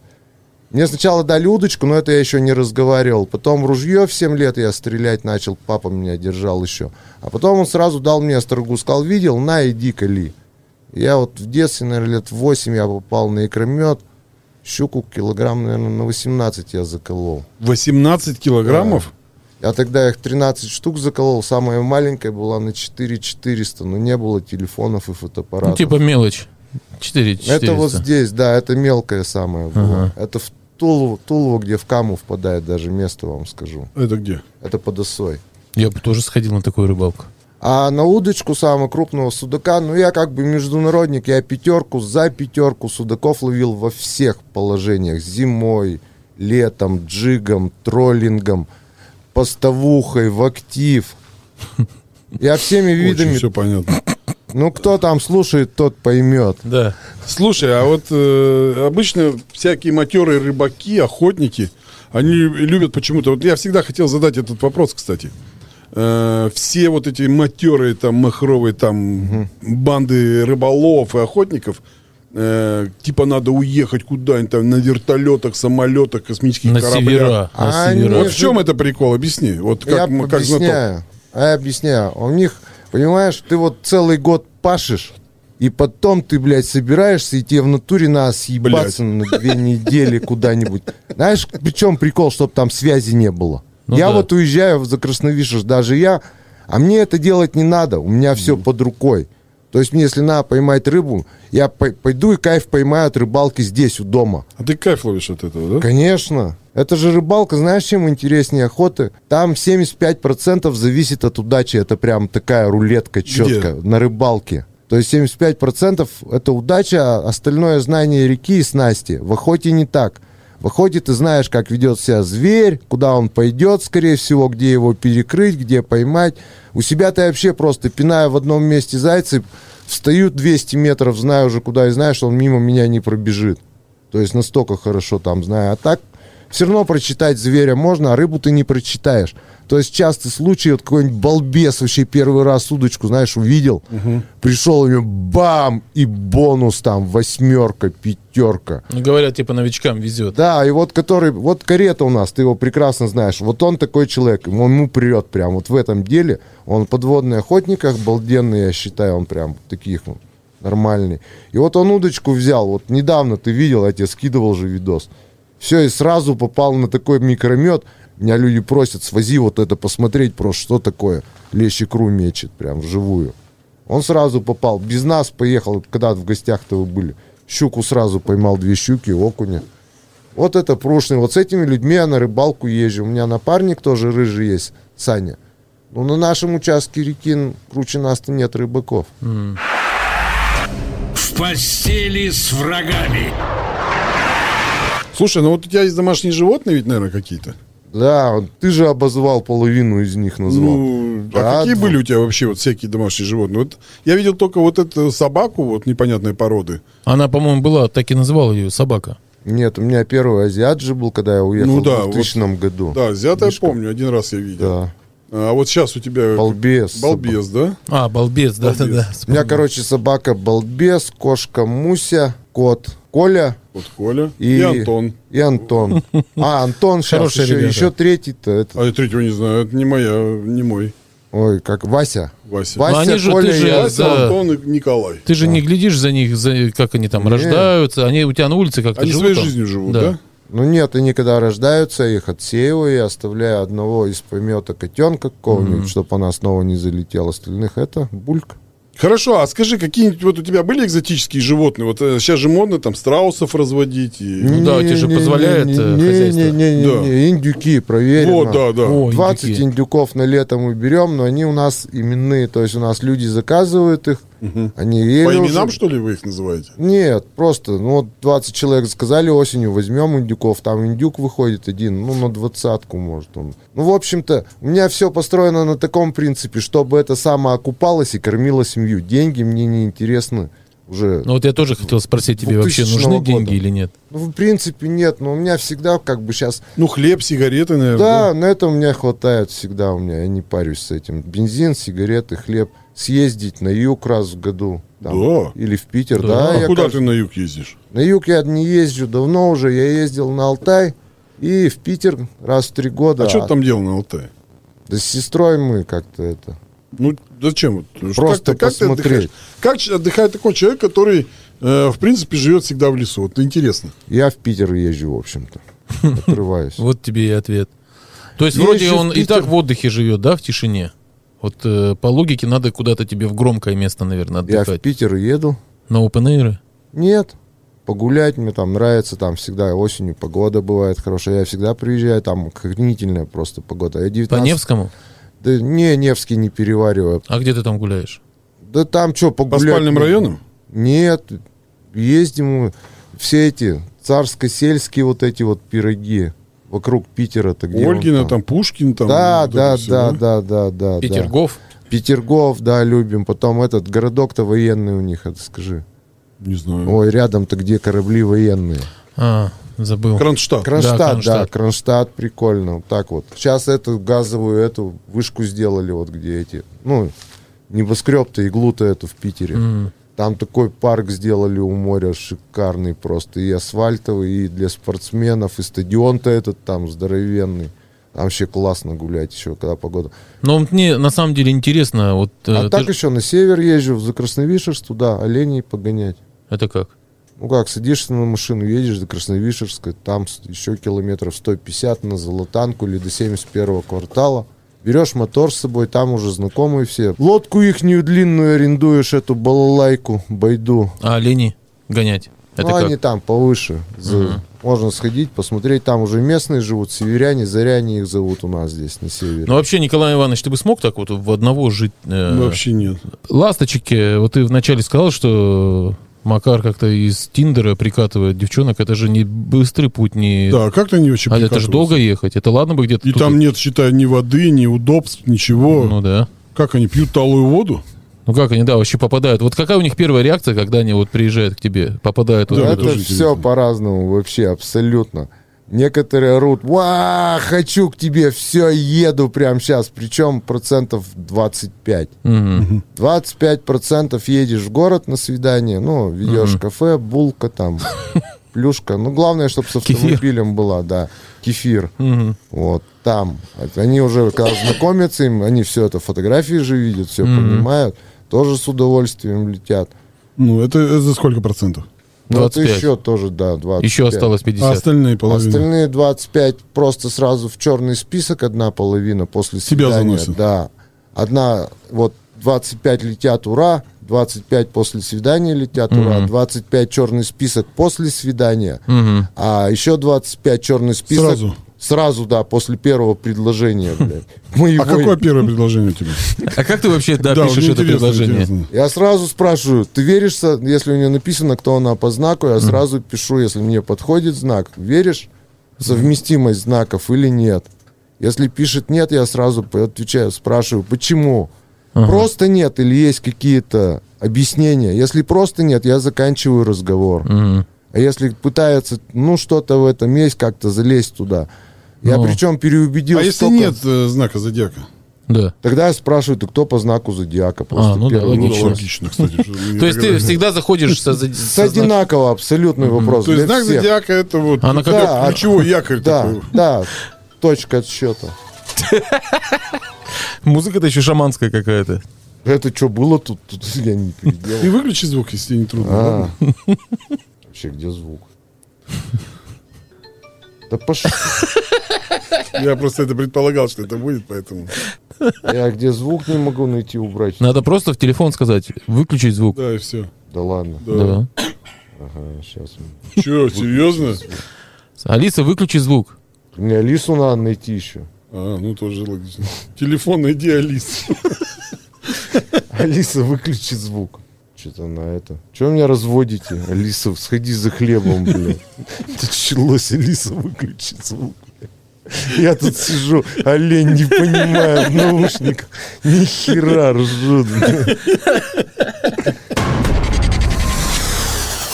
S4: Мне сначала дали удочку, но это я еще не разговаривал. Потом ружье в 7 лет я стрелять начал, папа меня держал еще. А потом он сразу дал мне острогу, сказал, видел, на, иди кали. Я вот в детстве, наверное, лет 8 я попал на икромет. Щуку килограмм, наверное, на 18 я заколол.
S2: 18 килограммов?
S4: Я тогда их 13 штук заколол. Самая маленькая была на 4400, но не было телефонов и фотоаппаратов.
S3: Ну, типа мелочь. 4
S4: Это вот здесь, да, это мелкое самое было. Это в Тулово, Тулово, где в Каму впадает даже место, вам скажу.
S2: Это где?
S4: Это под Осой.
S3: Я бы тоже сходил на такую рыбалку.
S4: А на удочку самого крупного судака, ну я как бы международник, я пятерку за пятерку судаков ловил во всех положениях. Зимой, летом, джигом, троллингом, постовухой, в актив. Я всеми видами...
S2: Очень все понятно.
S4: Ну кто там слушает, тот поймет.
S3: Да.
S2: Слушай, а вот э, обычно всякие матерые рыбаки, охотники, они любят почему-то. Вот я всегда хотел задать этот вопрос, кстати. Э, все вот эти матерые там махровые там банды рыболов и охотников, э, типа надо уехать куда-нибудь там на вертолетах, самолетах, космических
S3: На
S2: кораблях.
S3: севера. На
S4: А,
S3: севера.
S2: Вот в чем это прикол? Объясни. Вот как,
S4: я
S2: м- как знаток.
S4: объясняю. А я объясняю. У них, понимаешь, ты вот целый год пашешь, и потом ты, блядь, собираешься, и тебе в натуре надо съебаться на две недели куда-нибудь. Знаешь, причем прикол, чтобы там связи не было.
S3: Ну
S4: я
S3: да.
S4: вот уезжаю за Красновишеж, даже я, а мне это делать не надо, у меня все под рукой. То есть мне, если надо поймать рыбу, я пой- пойду и кайф поймаю от рыбалки здесь, у дома.
S2: А ты кайф ловишь от этого, да?
S4: Конечно. Это же рыбалка, знаешь, чем интереснее охоты? Там 75% зависит от удачи. Это прям такая рулетка четко на рыбалке. То есть 75% это удача, а остальное знание реки и снасти. В охоте не так. В охоте ты знаешь, как ведет себя зверь, куда он пойдет, скорее всего, где его перекрыть, где поймать. У себя ты вообще просто пинаю в одном месте зайцы, встаю 200 метров, знаю уже куда и знаю, что он мимо меня не пробежит. То есть настолько хорошо там знаю. А так все равно прочитать зверя можно, а рыбу ты не прочитаешь. То есть частый случай, вот какой-нибудь балбес вообще первый раз удочку, знаешь, увидел, пришел у него бам, и бонус там восьмерка, пятерка.
S3: Ну, говорят, типа новичкам везет.
S4: Да, и вот который, вот карета у нас, ты его прекрасно знаешь. Вот он такой человек, ему- ему прет прям. Вот в этом деле он подводный охотник, обалденный, я считаю, он прям таких вот нормальный. И вот он удочку взял, вот недавно ты видел, я тебе скидывал же видос. Все, и сразу попал на такой микромет. Меня люди просят, свози вот это посмотреть просто, что такое. Лещ икру мечет прям вживую. Он сразу попал, без нас поехал, когда в гостях-то вы были. Щуку сразу поймал, две щуки, окуня. Вот это прушный. Вот с этими людьми я на рыбалку езжу. У меня напарник тоже рыжий есть, Саня. Но на нашем участке реки н- круче нас-то нет рыбаков.
S1: В постели с врагами.
S2: Слушай, ну вот у тебя есть домашние животные ведь, наверное, какие-то?
S4: Да, вот ты же обозвал половину из них, назвал.
S2: Ну,
S4: Да,
S2: а какие
S4: ну.
S2: были у тебя вообще вот всякие домашние животные? Вот я видел только вот эту собаку, вот непонятной породы.
S3: Она, по-моему, была, так и называл ее собака.
S4: Нет, у меня первый азиат же был, когда я уехал
S2: Ну да,
S4: в 2000 году.
S2: Да, взятая
S4: Мишка.
S2: помню, один раз я видел.
S4: Да.
S2: А вот сейчас у тебя...
S4: Балбес.
S2: Балбес, да?
S3: А, балбес, да-да-да.
S4: У меня, короче, собака Балбес, кошка Муся, кот Коля
S2: Вот Коля и,
S4: и,
S2: Антон.
S4: И Антон. А, Антон сейчас
S3: Хорошие
S4: еще,
S3: ребята.
S4: еще третий-то. это-
S2: А я третьего не знаю, это не моя, не мой,
S4: Ой, как Вася.
S2: Вася.
S4: Вася,
S3: они же- ты
S4: Коля
S3: же-
S4: и Антон.
S2: Вася,
S3: да.
S2: Антон и Николай.
S3: Ты же не глядишь за них, за, как они там рождаются, они у тебя на улице как-то
S2: Они
S3: А живут
S2: своей
S3: там?
S2: жизнью живут, да?
S4: Ну нет, они когда рождаются, я их отсеиваю и оставляю одного из помета котенка какого-нибудь, чтобы она снова не залетела. Остальных это бульк.
S2: Хорошо, а скажи, какие-нибудь вот у тебя были экзотические животные? Вот сейчас же модно там страусов разводить. и-
S3: Ну да, тебе же позволяет, э, хозяйство.
S4: Не-не-не, индюки, проверено.
S2: Вот, да, да.
S3: О,
S4: 20
S3: индюки.
S4: индюков на лето мы берем, но они у нас именные, то есть у нас люди заказывают их, они ели
S2: По
S4: уже.
S2: именам, что ли, вы их называете?
S4: Нет, просто, ну вот 20 человек сказали осенью, возьмем индюков, там индюк выходит один, ну на двадцатку может он. Ну, в общем-то, у меня все построено на таком принципе, чтобы это самоокупалось и кормило семью. Деньги мне не интересны уже.
S3: Ну вот я тоже хотел спросить, тебе вообще
S4: 2000
S3: нужны
S4: года.
S3: деньги или нет?
S4: Ну, в принципе, нет, но у меня всегда как бы сейчас...
S2: Ну, хлеб, сигареты, наверное.
S4: Да, на это у меня хватает всегда, у меня, я не парюсь с этим. Бензин, сигареты, хлеб, съездить на юг раз в году. там,
S2: Да.
S4: Или в Питер,
S3: Да.
S4: да.
S2: А
S4: я
S2: куда
S4: каждый-
S2: ты на юг ездишь?
S4: На юг я не езжу давно уже. Я ездил на Алтай и в Питер раз в три года.
S2: А что ты там делал на Алтае?
S4: Да с сестрой мы как-то это.
S2: Ну, зачем? Вот
S4: Просто
S2: ты- ты
S4: посмотреть.
S2: отдыхаешь? как ч- отдыхает такой человек, который, э, в принципе, живет всегда в лесу? Вот интересно.
S4: Я в Питер езжу, в общем-то. Отрываюсь.
S3: Вот тебе и ответ. То есть
S4: Я
S3: вроде
S4: еще в
S3: он и
S4: Питер.
S3: так в отдыхе живет, да, в тишине? Вот э, по логике надо куда-то тебе в громкое место, наверное,
S4: Я в
S3: отдыхать.
S4: Питер еду.
S3: На open air?
S4: Нет. Погулять мне там нравится, там всегда осенью погода бывает хорошая. Я всегда приезжаю, там охренительная просто погода. Я
S3: По
S4: 19...
S3: Невскому?
S4: Да не, Невский не перевариваю.
S3: А где ты там гуляешь?
S4: Да там что,
S2: По
S4: погулять?
S2: спальным
S4: можно?
S2: районам?
S4: Нет, ездим мы. Все эти царско-сельские вот эти вот пироги вокруг Питера-то где он
S2: Ольгина, там, Пушкин, там.
S4: Да,
S2: вот это
S4: да,
S2: всё,
S4: да, да, да, да, да.
S3: Петергоф?
S4: Петергоф, да, любим. Потом этот городок-то военный у них, это скажи.
S2: Не знаю.
S4: Ой, рядом-то где корабли военные.
S3: А, забыл.
S2: Кронштадт.
S4: Кронштадт,
S3: Да,
S4: да,
S3: Кронштадт.
S4: Кронштадт, прикольно. Вот так вот. Сейчас эту газовую эту вышку сделали, вот где эти. Ну, небоскреб-то, иглу-то эту в Питере.
S3: М.
S4: Там такой парк сделали у моря шикарный просто. И асфальтовый, и для спортсменов, и стадион-то этот там здоровенный. Там вообще классно гулять еще, когда погода.
S3: Но вот мне на самом деле интересно, вот э,
S4: А
S3: ты
S4: так
S3: ж-
S4: еще на север езжу, в Красновишерск туда, оленей погонять.
S3: это как?
S4: Ну как, садишься на машину, едешь до Красновишерска, там с- еще километров 150 на Золотанку или до 71 квартала. Берешь мотор с собой, там уже знакомые все. Лодку ихнюю длинную арендуешь, эту балалайку, байду.
S3: А олени гонять? Это
S4: ну,
S3: как?
S4: они там повыше. За- Можно сходить, посмотреть. Там уже местные живут, северяне, заряне их зовут у нас здесь, на севере.
S3: Ну вообще, Николай Иванович, ты бы смог так вот в одного жить? э,
S4: Ну,
S2: Вообще нет.
S3: Ласточки, вот ты вначале сказал, что Макар как-то из Тиндера прикатывает девчонок. Это же не быстрый путь, не...
S2: Да, как-то не вообще
S3: а это же
S2: прикатываются.
S3: долго ехать. Это ладно бы где-то...
S2: И
S3: тут-
S2: там нет, считай, ни воды, ни удобств, ничего.
S3: Ну да.
S2: Как они пьют талую воду?
S3: Ну как они, да, вообще попадают. Вот какая у них первая реакция, когда они вот приезжают к тебе, попадают вот
S2: Да,
S3: в
S2: это
S3: эту-
S4: это
S2: тоже
S4: все
S2: интересно.
S4: по-разному вообще, абсолютно. Некоторые орут, ва, хочу к тебе, все, еду прямо сейчас. Причем процентов 25.
S3: Мгм.
S4: 25 процентов едешь в город на свидание, ну, ведешь кафе, булка там, плюшка. Ну, главное, чтобы с
S3: Кефир.
S4: автомобилем была, да, кефир.
S3: Мгм.
S4: Вот там. Это Они уже, когда знакомятся, им, они все это, фотографии же видят, все понимают. Тоже с удовольствием летят.
S2: Ну, это, это за сколько процентов?
S4: Ну, это
S3: 25.
S4: еще тоже, да, 25.
S3: Еще осталось
S2: А
S3: 50.
S2: остальные половины?
S4: Остальные 25 просто сразу в черный список, одна половина после
S2: Тебя
S4: свидания.
S2: заносят.
S4: Да. Одна, вот 25 летят, ура, 25 после свидания летят, ура, 25 черный список после свидания,
S3: Мгм.
S4: а еще 25 черный список.
S2: Сразу?
S4: Сразу, да, после первого предложения, блядь. Мы
S2: А
S4: его-
S2: какое первое предложение у тебя?
S3: А как ты вообще да,
S2: Да,
S3: пишешь
S2: мне
S3: это
S2: интересно,
S3: предложение?
S2: интересно.
S4: Я сразу спрашиваю, ты веришь, со- если у нее написано, кто она по знаку, я сразу пишу, если мне подходит знак, веришь в совместимость знаков или нет. Если пишет нет, я сразу п- отвечаю, спрашиваю, почему. Просто нет или есть какие-то объяснения. Если просто нет, я заканчиваю разговор.
S3: Мгм.
S4: А если пытается, ну что-то в этом есть, как-то залезть туда. Я
S3: Ну.
S4: причем переубедил.
S2: А если
S4: столько-
S2: нет э, знака зодиака?
S3: Да.
S4: Тогда я спрашиваю, ты кто по знаку зодиака? Просто
S3: ну да,
S4: первый
S2: Ну,
S3: Логично.
S2: логично, кстати. что мне
S3: То есть ты
S2: тогда-
S3: всегда заходишь со, со-
S4: С
S3: со-
S4: одинаково абсолютный вопрос.
S2: То есть
S4: для
S2: знак
S4: всех.
S2: зодиака это вот...
S3: А на какой-
S4: Да, а-
S2: Ключевой якорь
S4: Да,
S2: такой.
S4: да, точка отсчета.
S3: Музыка-то еще шаманская какая-то.
S4: Это что было тут? Тут я не
S2: Ты
S4: переделал.
S2: выключи звук, если не трудно.
S4: А.
S2: ладно?
S4: Вообще, где звук? Да пош...
S2: Я просто это предполагал, что это будет, поэтому...
S4: Я где звук не могу найти убрать.
S3: Надо просто в телефон сказать, выключить звук.
S2: Да, и все.
S4: Да ладно.
S3: Да.
S4: Ага, сейчас.
S2: Че, серьезно?
S3: Алиса, выключи звук.
S4: Мне Алису надо найти еще.
S2: А, ну тоже логично. Телефон найди Алису.
S4: Алиса, выключи звук. Что-то на это. Чего меня разводите? Алиса, сходи за хлебом, блядь. Началось, Алиса, выключи звук. Я тут сижу, олень не понимает в наушниках. Ни хера ржут. блядь.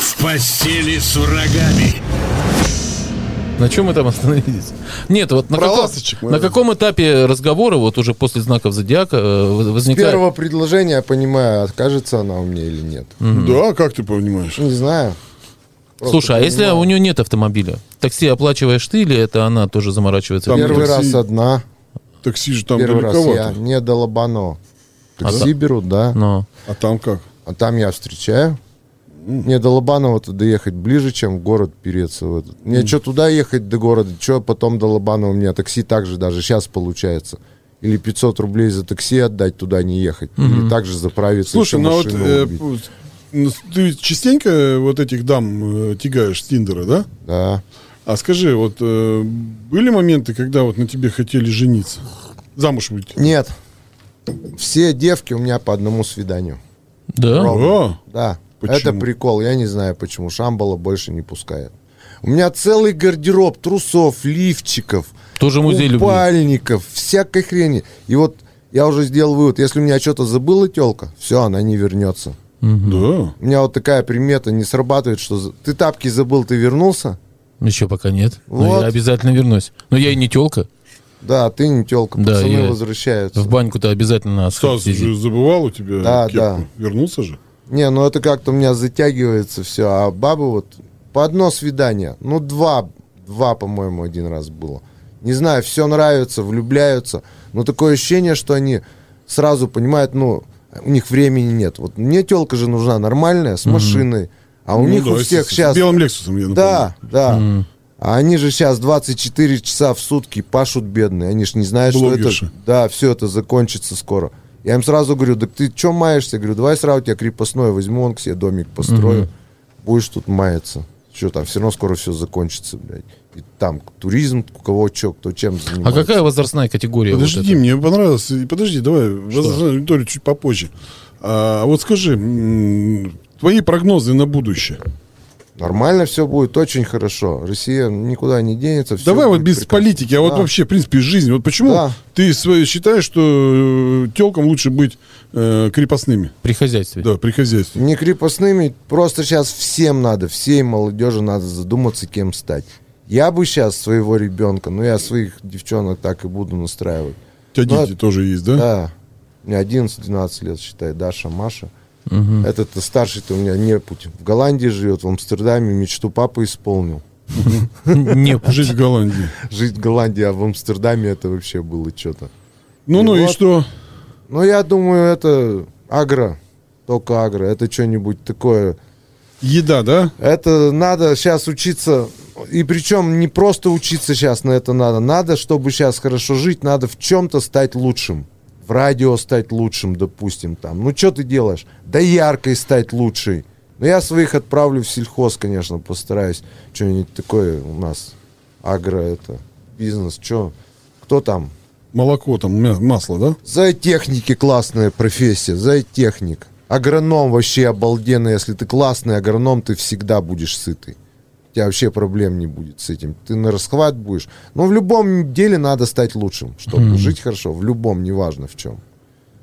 S1: В постели с врагами.
S3: На чем мы там остановились? Нет, вот на,
S2: Про
S3: каком,
S2: ласточек мы
S3: на каком этапе разговора, вот уже после знаков зодиака, э, воз- возникает...
S4: Первого предложения я понимаю, откажется она у меня или нет.
S2: Да, как ты понимаешь?
S4: Не знаю. Просто
S3: Слушай, а если
S4: понимаю.
S3: у нее нет автомобиля? Такси оплачиваешь ты или это она тоже заморачивается?
S2: Там-
S4: Первый
S2: такси-
S4: раз одна,
S2: Такси же там
S4: первый раз я.
S2: далековато.
S4: Не до Лобанова.
S3: А да.
S4: Такси берут, да.
S3: Но.
S2: А там как?
S4: А там я встречаю. Мне до Лобанова-то доехать ближе, чем в город переться. в этот. Мне что туда ехать до города, что потом до Лобанова. У меня такси также даже сейчас получается. Или 500 рублей за такси отдать, туда не ехать. Или также заправиться,
S2: Слушай,
S4: еще
S2: ну вот
S4: машину
S2: э,
S4: убить.
S2: пу- ну, ты частенько вот этих дам э, тягаешь с Тиндера, да?
S4: Да.
S2: А скажи, вот э, были моменты, когда вот на тебе хотели жениться? Замуж выйти?
S4: Нет. Все девки у меня по одному свиданию.
S3: Да?
S2: Да.
S4: Да.
S2: Почему?
S4: Это прикол, я не знаю почему. Шамбала больше не пускает. У меня целый гардероб трусов, лифчиков,
S3: Тоже музей любви.
S4: купальников, всякой хрени. И вот я уже сделал вывод, если у меня что-то забыла телка, все, она не вернется.
S2: Да.
S4: У меня вот такая примета не срабатывает, что за- ты тапки забыл, ты вернулся?
S3: Еще пока нет. Но
S4: Вот.
S3: я обязательно вернусь. Но я и не телка.
S4: Да, а ты не телка,
S3: Да,
S4: пацаны
S3: я-
S4: возвращаются.
S3: В баньку-то обязательно надо
S2: Стас
S3: сходить.
S2: же забывал у тебя
S4: Да,
S2: кепку.
S4: да.
S2: Вернулся же?
S4: Не, ну это как-то у меня затягивается все. А бабы вот по одно свидание, ну два, два, по-моему, один раз было. Не знаю, все нравится, влюбляются, но такое ощущение, что они сразу понимают, ну, у них времени нет. Вот мне телка же нужна нормальная, с машиной, а у
S2: Ну
S4: них
S2: да,
S4: у всех
S2: естественно. С
S4: сейчас...
S2: белым лексусом, я
S4: Да, да. А они же сейчас 24 часа в сутки пашут бедные. Они же не знают, что
S2: Блогерши.
S4: это... Да, все это закончится скоро. Я им сразу говорю, так ты что маешься? Я говорю, давай сразу тебя крепостной возьму, он к себе домик построю. Будешь тут маяться. Что там, все равно скоро все закончится, блядь. И там туризм, у кого что, кто чем
S3: А
S4: занимается.
S3: какая возрастная категория? вот
S2: Подожди,
S3: эта?
S2: мне понравилось. И Подожди, давай, возрастную аудиторию чуть попозже. А, вот скажи, м, твои прогнозы на будущее.
S4: Нормально все будет, очень хорошо. Россия никуда не денется. всё
S2: Давай вот
S4: будет
S2: без
S4: прекрасно.
S2: политики, а вот
S4: Да.
S2: вообще, в принципе, жизнь. Вот почему
S4: Да.
S2: ты свое считаешь, что телкам лучше быть э, крепостными?
S3: При хозяйстве.
S2: Да, при хозяйстве.
S4: Не крепостными, просто сейчас всем надо, всей молодежи надо задуматься, кем стать. Я бы сейчас своего ребенка, ну я своих девчонок так и буду настраивать.
S2: У тебя
S4: Ну,
S2: дети тоже есть, да?
S4: Да, мне 11-12 лет, считай, Даша, Маша. Этот старший-то у меня не путь. В Голландии живет, в Амстердаме мечту папы исполнил.
S3: Не,
S2: Жить в Голландии.
S4: Жить в Голландии, а в Амстердаме это вообще было что-то.
S2: Ну, ну и
S4: вот.
S2: что?
S4: Ну, я думаю, это агро, только агро. Это что-нибудь такое,
S2: Еда, да?
S4: Это надо сейчас учиться. И причем не просто учиться сейчас на это надо. Надо, чтобы сейчас хорошо жить, надо в чем-то стать лучшим. В радио стать лучшим, допустим, там. Ну, что ты делаешь? Да яркой стать лучшей. Но я своих отправлю в сельхоз, конечно, постараюсь. Что-нибудь такое у нас. Агро это. Бизнес. Что? Кто там?
S2: Молоко там, мя- масло, да?
S4: Зоотехники классная профессия, зоотехник. Агроном вообще обалденно, если ты классный агроном, ты всегда будешь сытый. У тебя вообще проблем не будет с этим. Ты на расхват будешь. Но в любом деле надо стать лучшим, чтобы жить хорошо. В любом, неважно в чем.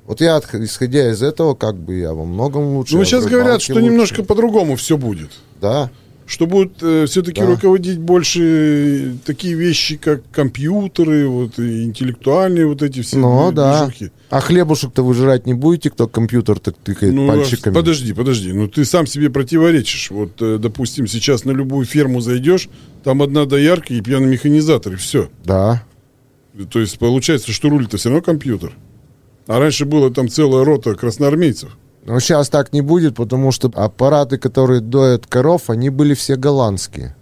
S4: Вот я, отх- исходя из этого, как бы я во многом лучше.
S2: Ну,
S4: я в
S2: сейчас говорят,
S4: рыбалке
S2: что
S4: лучше.
S2: немножко по-другому все будет.
S4: Да.
S2: Что будут все-таки
S4: Да.
S2: руководить больше э, такие вещи, как компьютеры, вот, и интеллектуальные вот эти все
S4: Ну,
S2: движ-
S4: да.
S2: движухи.
S4: А хлебушек-то вы жрать не будете, кто компьютер так тыкает
S2: Ну,
S4: пальчиками.
S2: а, подожди, подожди. Ну, ты сам себе противоречишь. Вот, э, допустим, сейчас на любую ферму зайдешь, там одна доярка и пьяный механизатор, и все.
S4: Да.
S2: То есть, получается, что руль-то все равно компьютер. А раньше было там целая рота красноармейцев.
S4: Но сейчас так не будет, потому что аппараты, которые доят коров, они были все голландские.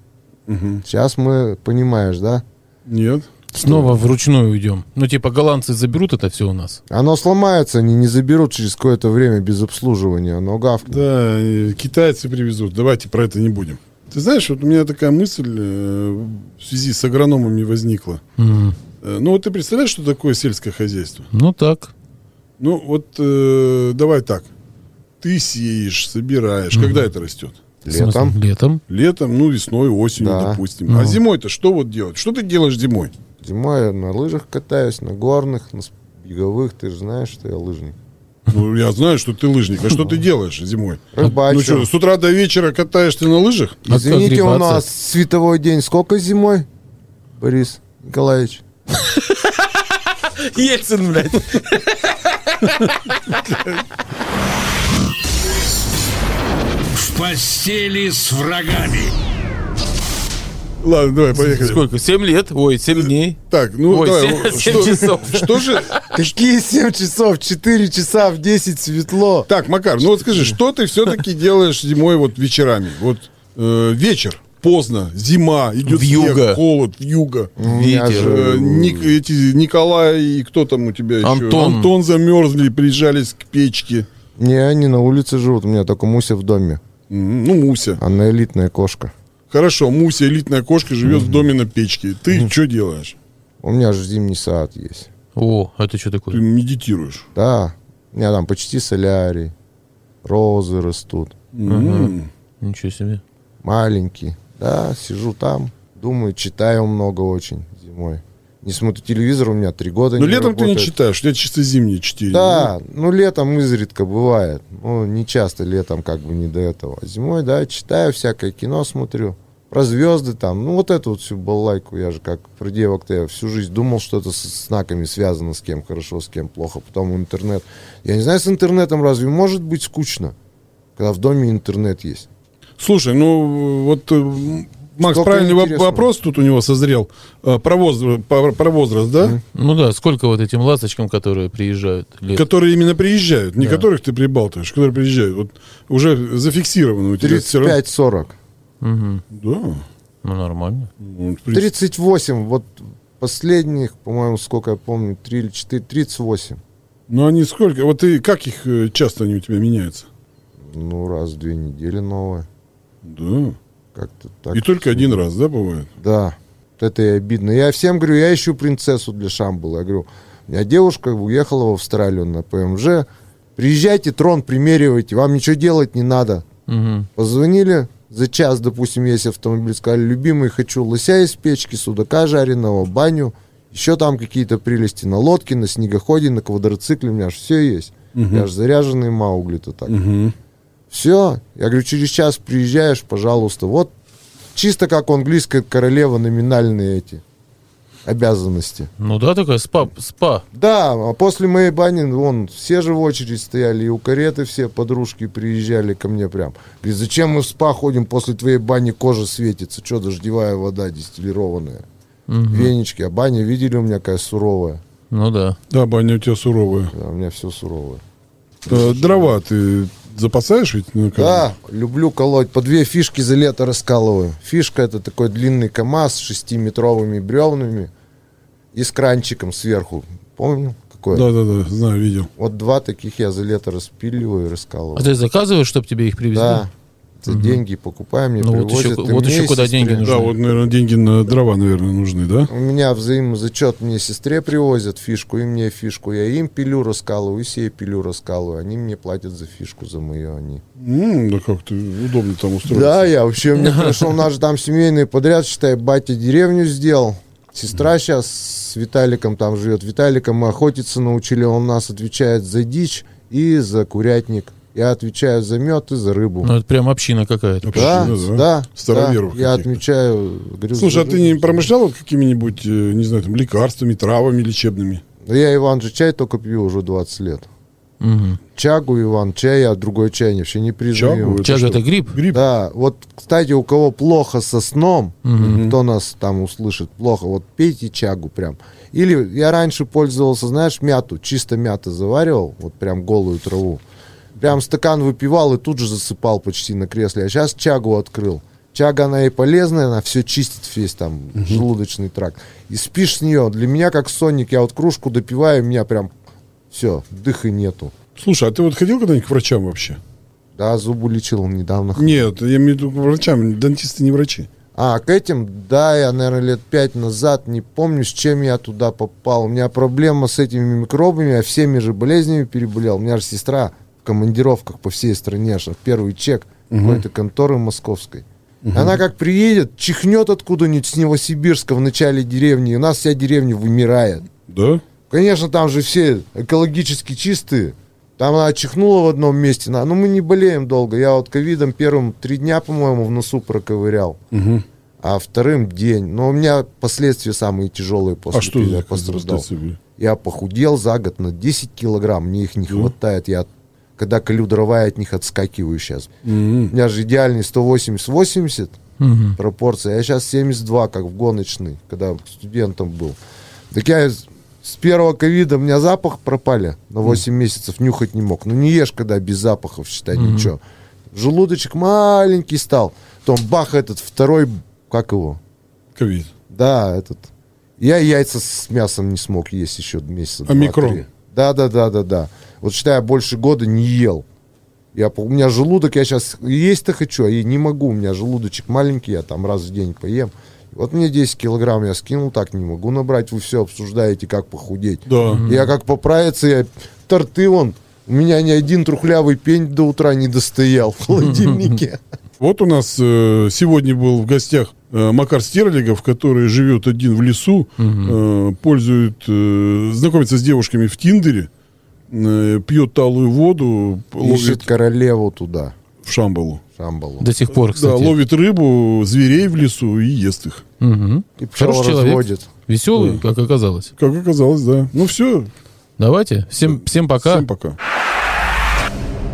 S2: Мгм.
S4: Сейчас мы, понимаешь, да?
S2: Нет.
S3: Снова вручную уйдем. Ну, типа, голландцы заберут это все у нас.
S4: Оно сломается, они не заберут через какое-то время без обслуживания, но гавкнет.
S2: Да, э, китайцы привезут. Давайте про это не будем. Ты знаешь, вот у меня такая мысль э, в связи с агрономами возникла.
S3: Мгм.
S2: Э, Ну вот ты представляешь, что такое сельское хозяйство?
S3: Ну, так.
S2: Ну вот э, давай так. Ты сеешь, собираешь. Когда это растет?
S3: В смысле,
S4: Летом.
S3: Летом.
S2: Летом, ну весной, осенью,
S4: Да.
S2: допустим.
S3: Ну.
S2: А зимой-то что вот делать? Что ты делаешь зимой?
S4: Зимой я на лыжах катаюсь, на горных, на с- беговых. Ты же знаешь, что я лыжник.
S2: Ну, я знаю, что ты лыжник. А что ты делаешь зимой?
S4: Рыбачу.
S2: ну что, с утра до вечера катаешься на лыжах?
S3: А как
S4: Извините, у
S3: грибаться?
S4: нас световой день сколько зимой, Борис Николаевич?
S3: Ельцин, блядь.
S1: В постели с врагами.
S2: Ладно, давай, поехали.
S3: Сколько? Семь лет? Ой, семь дней.
S2: Так, ну
S3: Ой,
S2: давай. что-
S3: семь- семь часов.
S2: Что же...
S4: Какие 7 часов? 4 часа в 10 светло.
S2: Так, Макар, ну вот скажи, что ты все-таки делаешь зимой вот вечерами? Вот э, вечер, поздно, зима, идет
S3: Вьюга.
S2: снег, холод, юга.
S4: У меня
S3: Ветер.
S2: э,
S4: же-
S2: эти Николай и кто там у тебя еще?
S3: Антон.
S2: Антон замерзли, прижались к печке.
S4: Не, они на улице живут, у меня только Муся в доме.
S2: М, Ну, Муся.
S4: Она элитная кошка.
S2: Хорошо, Муся, элитная кошка, живет в доме на печке. Ты что делаешь?
S4: У меня же зимний сад есть.
S3: О, а это что
S2: Ты
S3: такое?
S2: медитируешь.
S4: Да, у меня там почти солярий. Розы растут.
S2: М.
S3: Ничего себе.
S4: Маленькие. Да, сижу там, думаю, читаю много очень зимой. Не смотрю телевизор, у меня три года
S2: Но Ну, летом ты не
S4: работает.
S2: читаешь, у тебя чисто зимние чтения.
S4: Да, ну летом изредка бывает. Ну, не часто летом как бы не до этого. А Зимой, да, читаю всякое кино, смотрю. Про звезды там. Ну, вот эту вот всю балайку. Я же как про девок-то я всю жизнь думал, что это с знаками связано, с кем хорошо, с кем плохо. Потом интернет. Я не знаю, с интернетом разве может быть скучно, когда в доме интернет есть?
S2: Слушай, ну вот э, м, Макс,
S4: Сколько
S2: правильный воп-
S4: интересного.
S2: вопрос тут у него созрел. Э, Про возраст, про, про возраст да?
S3: Ну да, сколько вот этим ласточкам, которые приезжают лет?
S2: Которые именно приезжают, не которых ты прибалтываешь, которые приезжают. Вот уже зафиксировано у тебя всё равно.
S4: 35-40.
S3: Мгм.
S2: Да.
S3: Ну, нормально.
S2: Ну, в принципе,
S4: 38. Вот последних, по-моему, сколько я помню, 3 или 4, 38.
S2: Но ну, они сколько? Вот ты как их э, часто они у тебя меняются?
S4: Ну, раз в две недели новое.
S2: Да.
S4: Как-то так.
S2: И только один раз, да, бывает?
S4: Да, вот это и обидно. Я всем говорю, я ищу принцессу для Шамбала. Я говорю, у меня девушка уехала в Австралию на ПМЖ. Приезжайте, трон примеривайте, вам ничего делать не надо.
S3: Мгм.
S4: Позвонили, за час, допустим, есть автомобиль, сказали, любимый, хочу лося из печки, судака жареного, баню, еще там какие-то прелести на лодке, на снегоходе, на квадроцикле, у меня же все есть. Я же заряженный Маугли-то так.
S2: Мгм.
S4: Все. Я говорю, через час приезжаешь, пожалуйста. Вот чисто как у английской королевы номинальные эти обязанности.
S3: Ну да, такая спа, спа.
S4: Да, а после моей бани, ну, вон, все же в очередь стояли, и у кареты все подружки приезжали ко мне прям. Говорит, зачем мы в спа ходим, после твоей бани кожа светится, что дождевая вода дистиллированная. Венечки, а баня, видели, у меня какая суровая.
S3: Ну да.
S2: Да, баня у тебя суровая.
S4: Да, у меня все суровое.
S2: Э, Дрова ты запасаешь ведь? на каждый?
S4: Да, люблю колоть. По две фишки за лето раскалываю. Фишка это такой длинный КАМАЗ с шестиметровыми бревнами и с кранчиком сверху. Помню? Какой?
S2: Да, да, да, знаю, видел.
S4: Вот два таких я за лето распиливаю и раскалываю.
S3: А ты заказываешь, чтобы тебе их привезли?
S4: да. За деньги покупаю, мне
S3: Ну вот
S4: привозят.
S3: еще-
S4: и
S3: вот
S4: мне,
S3: еще
S4: и
S3: куда
S4: сестре.
S3: деньги нужны.
S2: Да, вот, наверное, деньги на дрова, наверное, нужны, да?
S4: У меня взаимозачет мне сестре привозят фишку, и мне фишку. Я им пилю раскалываю, и себе пилю раскалываю. Они мне платят за фишку, за мою они.
S2: М, да как ты удобно там устроился.
S4: Да, я вообще, мне хорошо, у нас же там семейный подряд, считай, батя деревню сделал. Сестра сейчас с Виталиком там живет. Виталиком мы охотиться научили, он нас отвечает за дичь и за курятник. Я отвечаю за мед и за рыбу.
S3: Ну это прям община какая-то.
S4: да,
S2: Община,
S4: да,
S2: ну да.
S4: да.
S2: Староверов
S4: Я
S2: каких-то.
S4: отмечаю, говорю,
S2: Слушай, а
S4: за
S2: ты
S4: рыбу.
S2: не промышлял вот какими-нибудь, э, не знаю, там, лекарствами, травами лечебными?
S4: Да Я Иван же чай только пью уже 20 лет.
S3: Мгм.
S4: Чагу Иван чай, а другой чай я вообще не признаю.
S2: Чагу? Это
S3: Чага
S2: что?
S3: это гриб?
S2: Гриб?
S4: Да, вот, кстати, у кого плохо со сном, кто нас там услышит плохо, вот пейте чагу прям. Или я раньше пользовался, знаешь, мяту, чисто мята заваривал, вот прям голую траву. Прям стакан выпивал и тут же засыпал почти на кресле. А сейчас чагу открыл. Чага, она и полезная, она все чистит весь там желудочный тракт. И спишь с нее. Для меня, как сонник, я вот кружку допиваю, у меня прям все, дыха нету.
S2: Слушай, а ты вот ходил когда-нибудь к врачам вообще?
S4: Да, зубы лечил недавно.
S2: Нет, я имею в виду к врачам. Дантисты не врачи.
S4: А, к этим, да, я, наверное, лет пять назад, не помню, с чем я туда попал. У меня проблема с этими микробами, я всеми же болезнями переболел. У меня же сестра в командировках по всей стране, аж первый чек какой-то конторы московской. Она как приедет, чихнет откуда-нибудь с Новосибирска в начале деревни, и у нас вся деревня вымирает.
S2: Да?
S4: Конечно, там же все экологически чистые. Там она чихнула в одном месте. на- Ну, мы не болеем долго. Я вот ковидом первым три дня, по-моему, в носу проковырял. А вторым день. Но у меня последствия самые тяжелые после
S2: А что
S4: пи-
S2: за
S4: я пострадал.
S2: концентрация были?
S4: Я похудел за год на 10 килограмм. Мне их не хватает. Я, когда колю дрова, я от них отскакиваю сейчас. У меня же идеальный 180-80
S3: Мгм.
S4: пропорция. а Я сейчас 72, как в гоночный, когда студентом был. Так я с с первого ковида у меня запах пропали на 8 месяцев, нюхать не мог. Ну не ешь, когда без запахов, считай, ничего. Желудочек маленький стал. Потом бах этот второй, как его?
S2: Ковид.
S4: Да, этот. Я яйца с мясом не смог есть еще месяца два,
S2: Омикрон.
S4: три. Да, да, да, да, да. Вот считай, я больше года не ел. Я, по- у меня желудок, я сейчас есть-то хочу, а и не могу. У меня желудочек маленький, я там раз в день поем. Вот мне 10 килограмм я скинул, так не могу набрать. Вы все обсуждаете, как похудеть.
S2: Да.
S4: Я как поправиться, я торты вон. У меня ни один трухлявый пень до утра не достоял в холодильнике.
S2: Вот у нас э, сегодня был в гостях э, Макар Стерлигов, который живет один в лесу, э, пользует, э, знакомится с девушками в Тиндере, э, пьет талую воду,
S4: Ищет
S2: ловит
S4: королеву туда,
S2: в Шамбалу.
S4: Шамбалу.
S3: До сих пор,
S2: Да,
S3: кстати.
S2: ловит рыбу, зверей в лесу и ест их.
S3: Мгм.
S4: И пчел
S3: Хороший человек.
S4: разводит.
S3: Веселый, как оказалось.
S2: Как оказалось, да. Ну все,
S3: Давайте. Всем, всем пока.
S2: всем пока.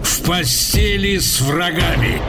S1: В постели с врагами.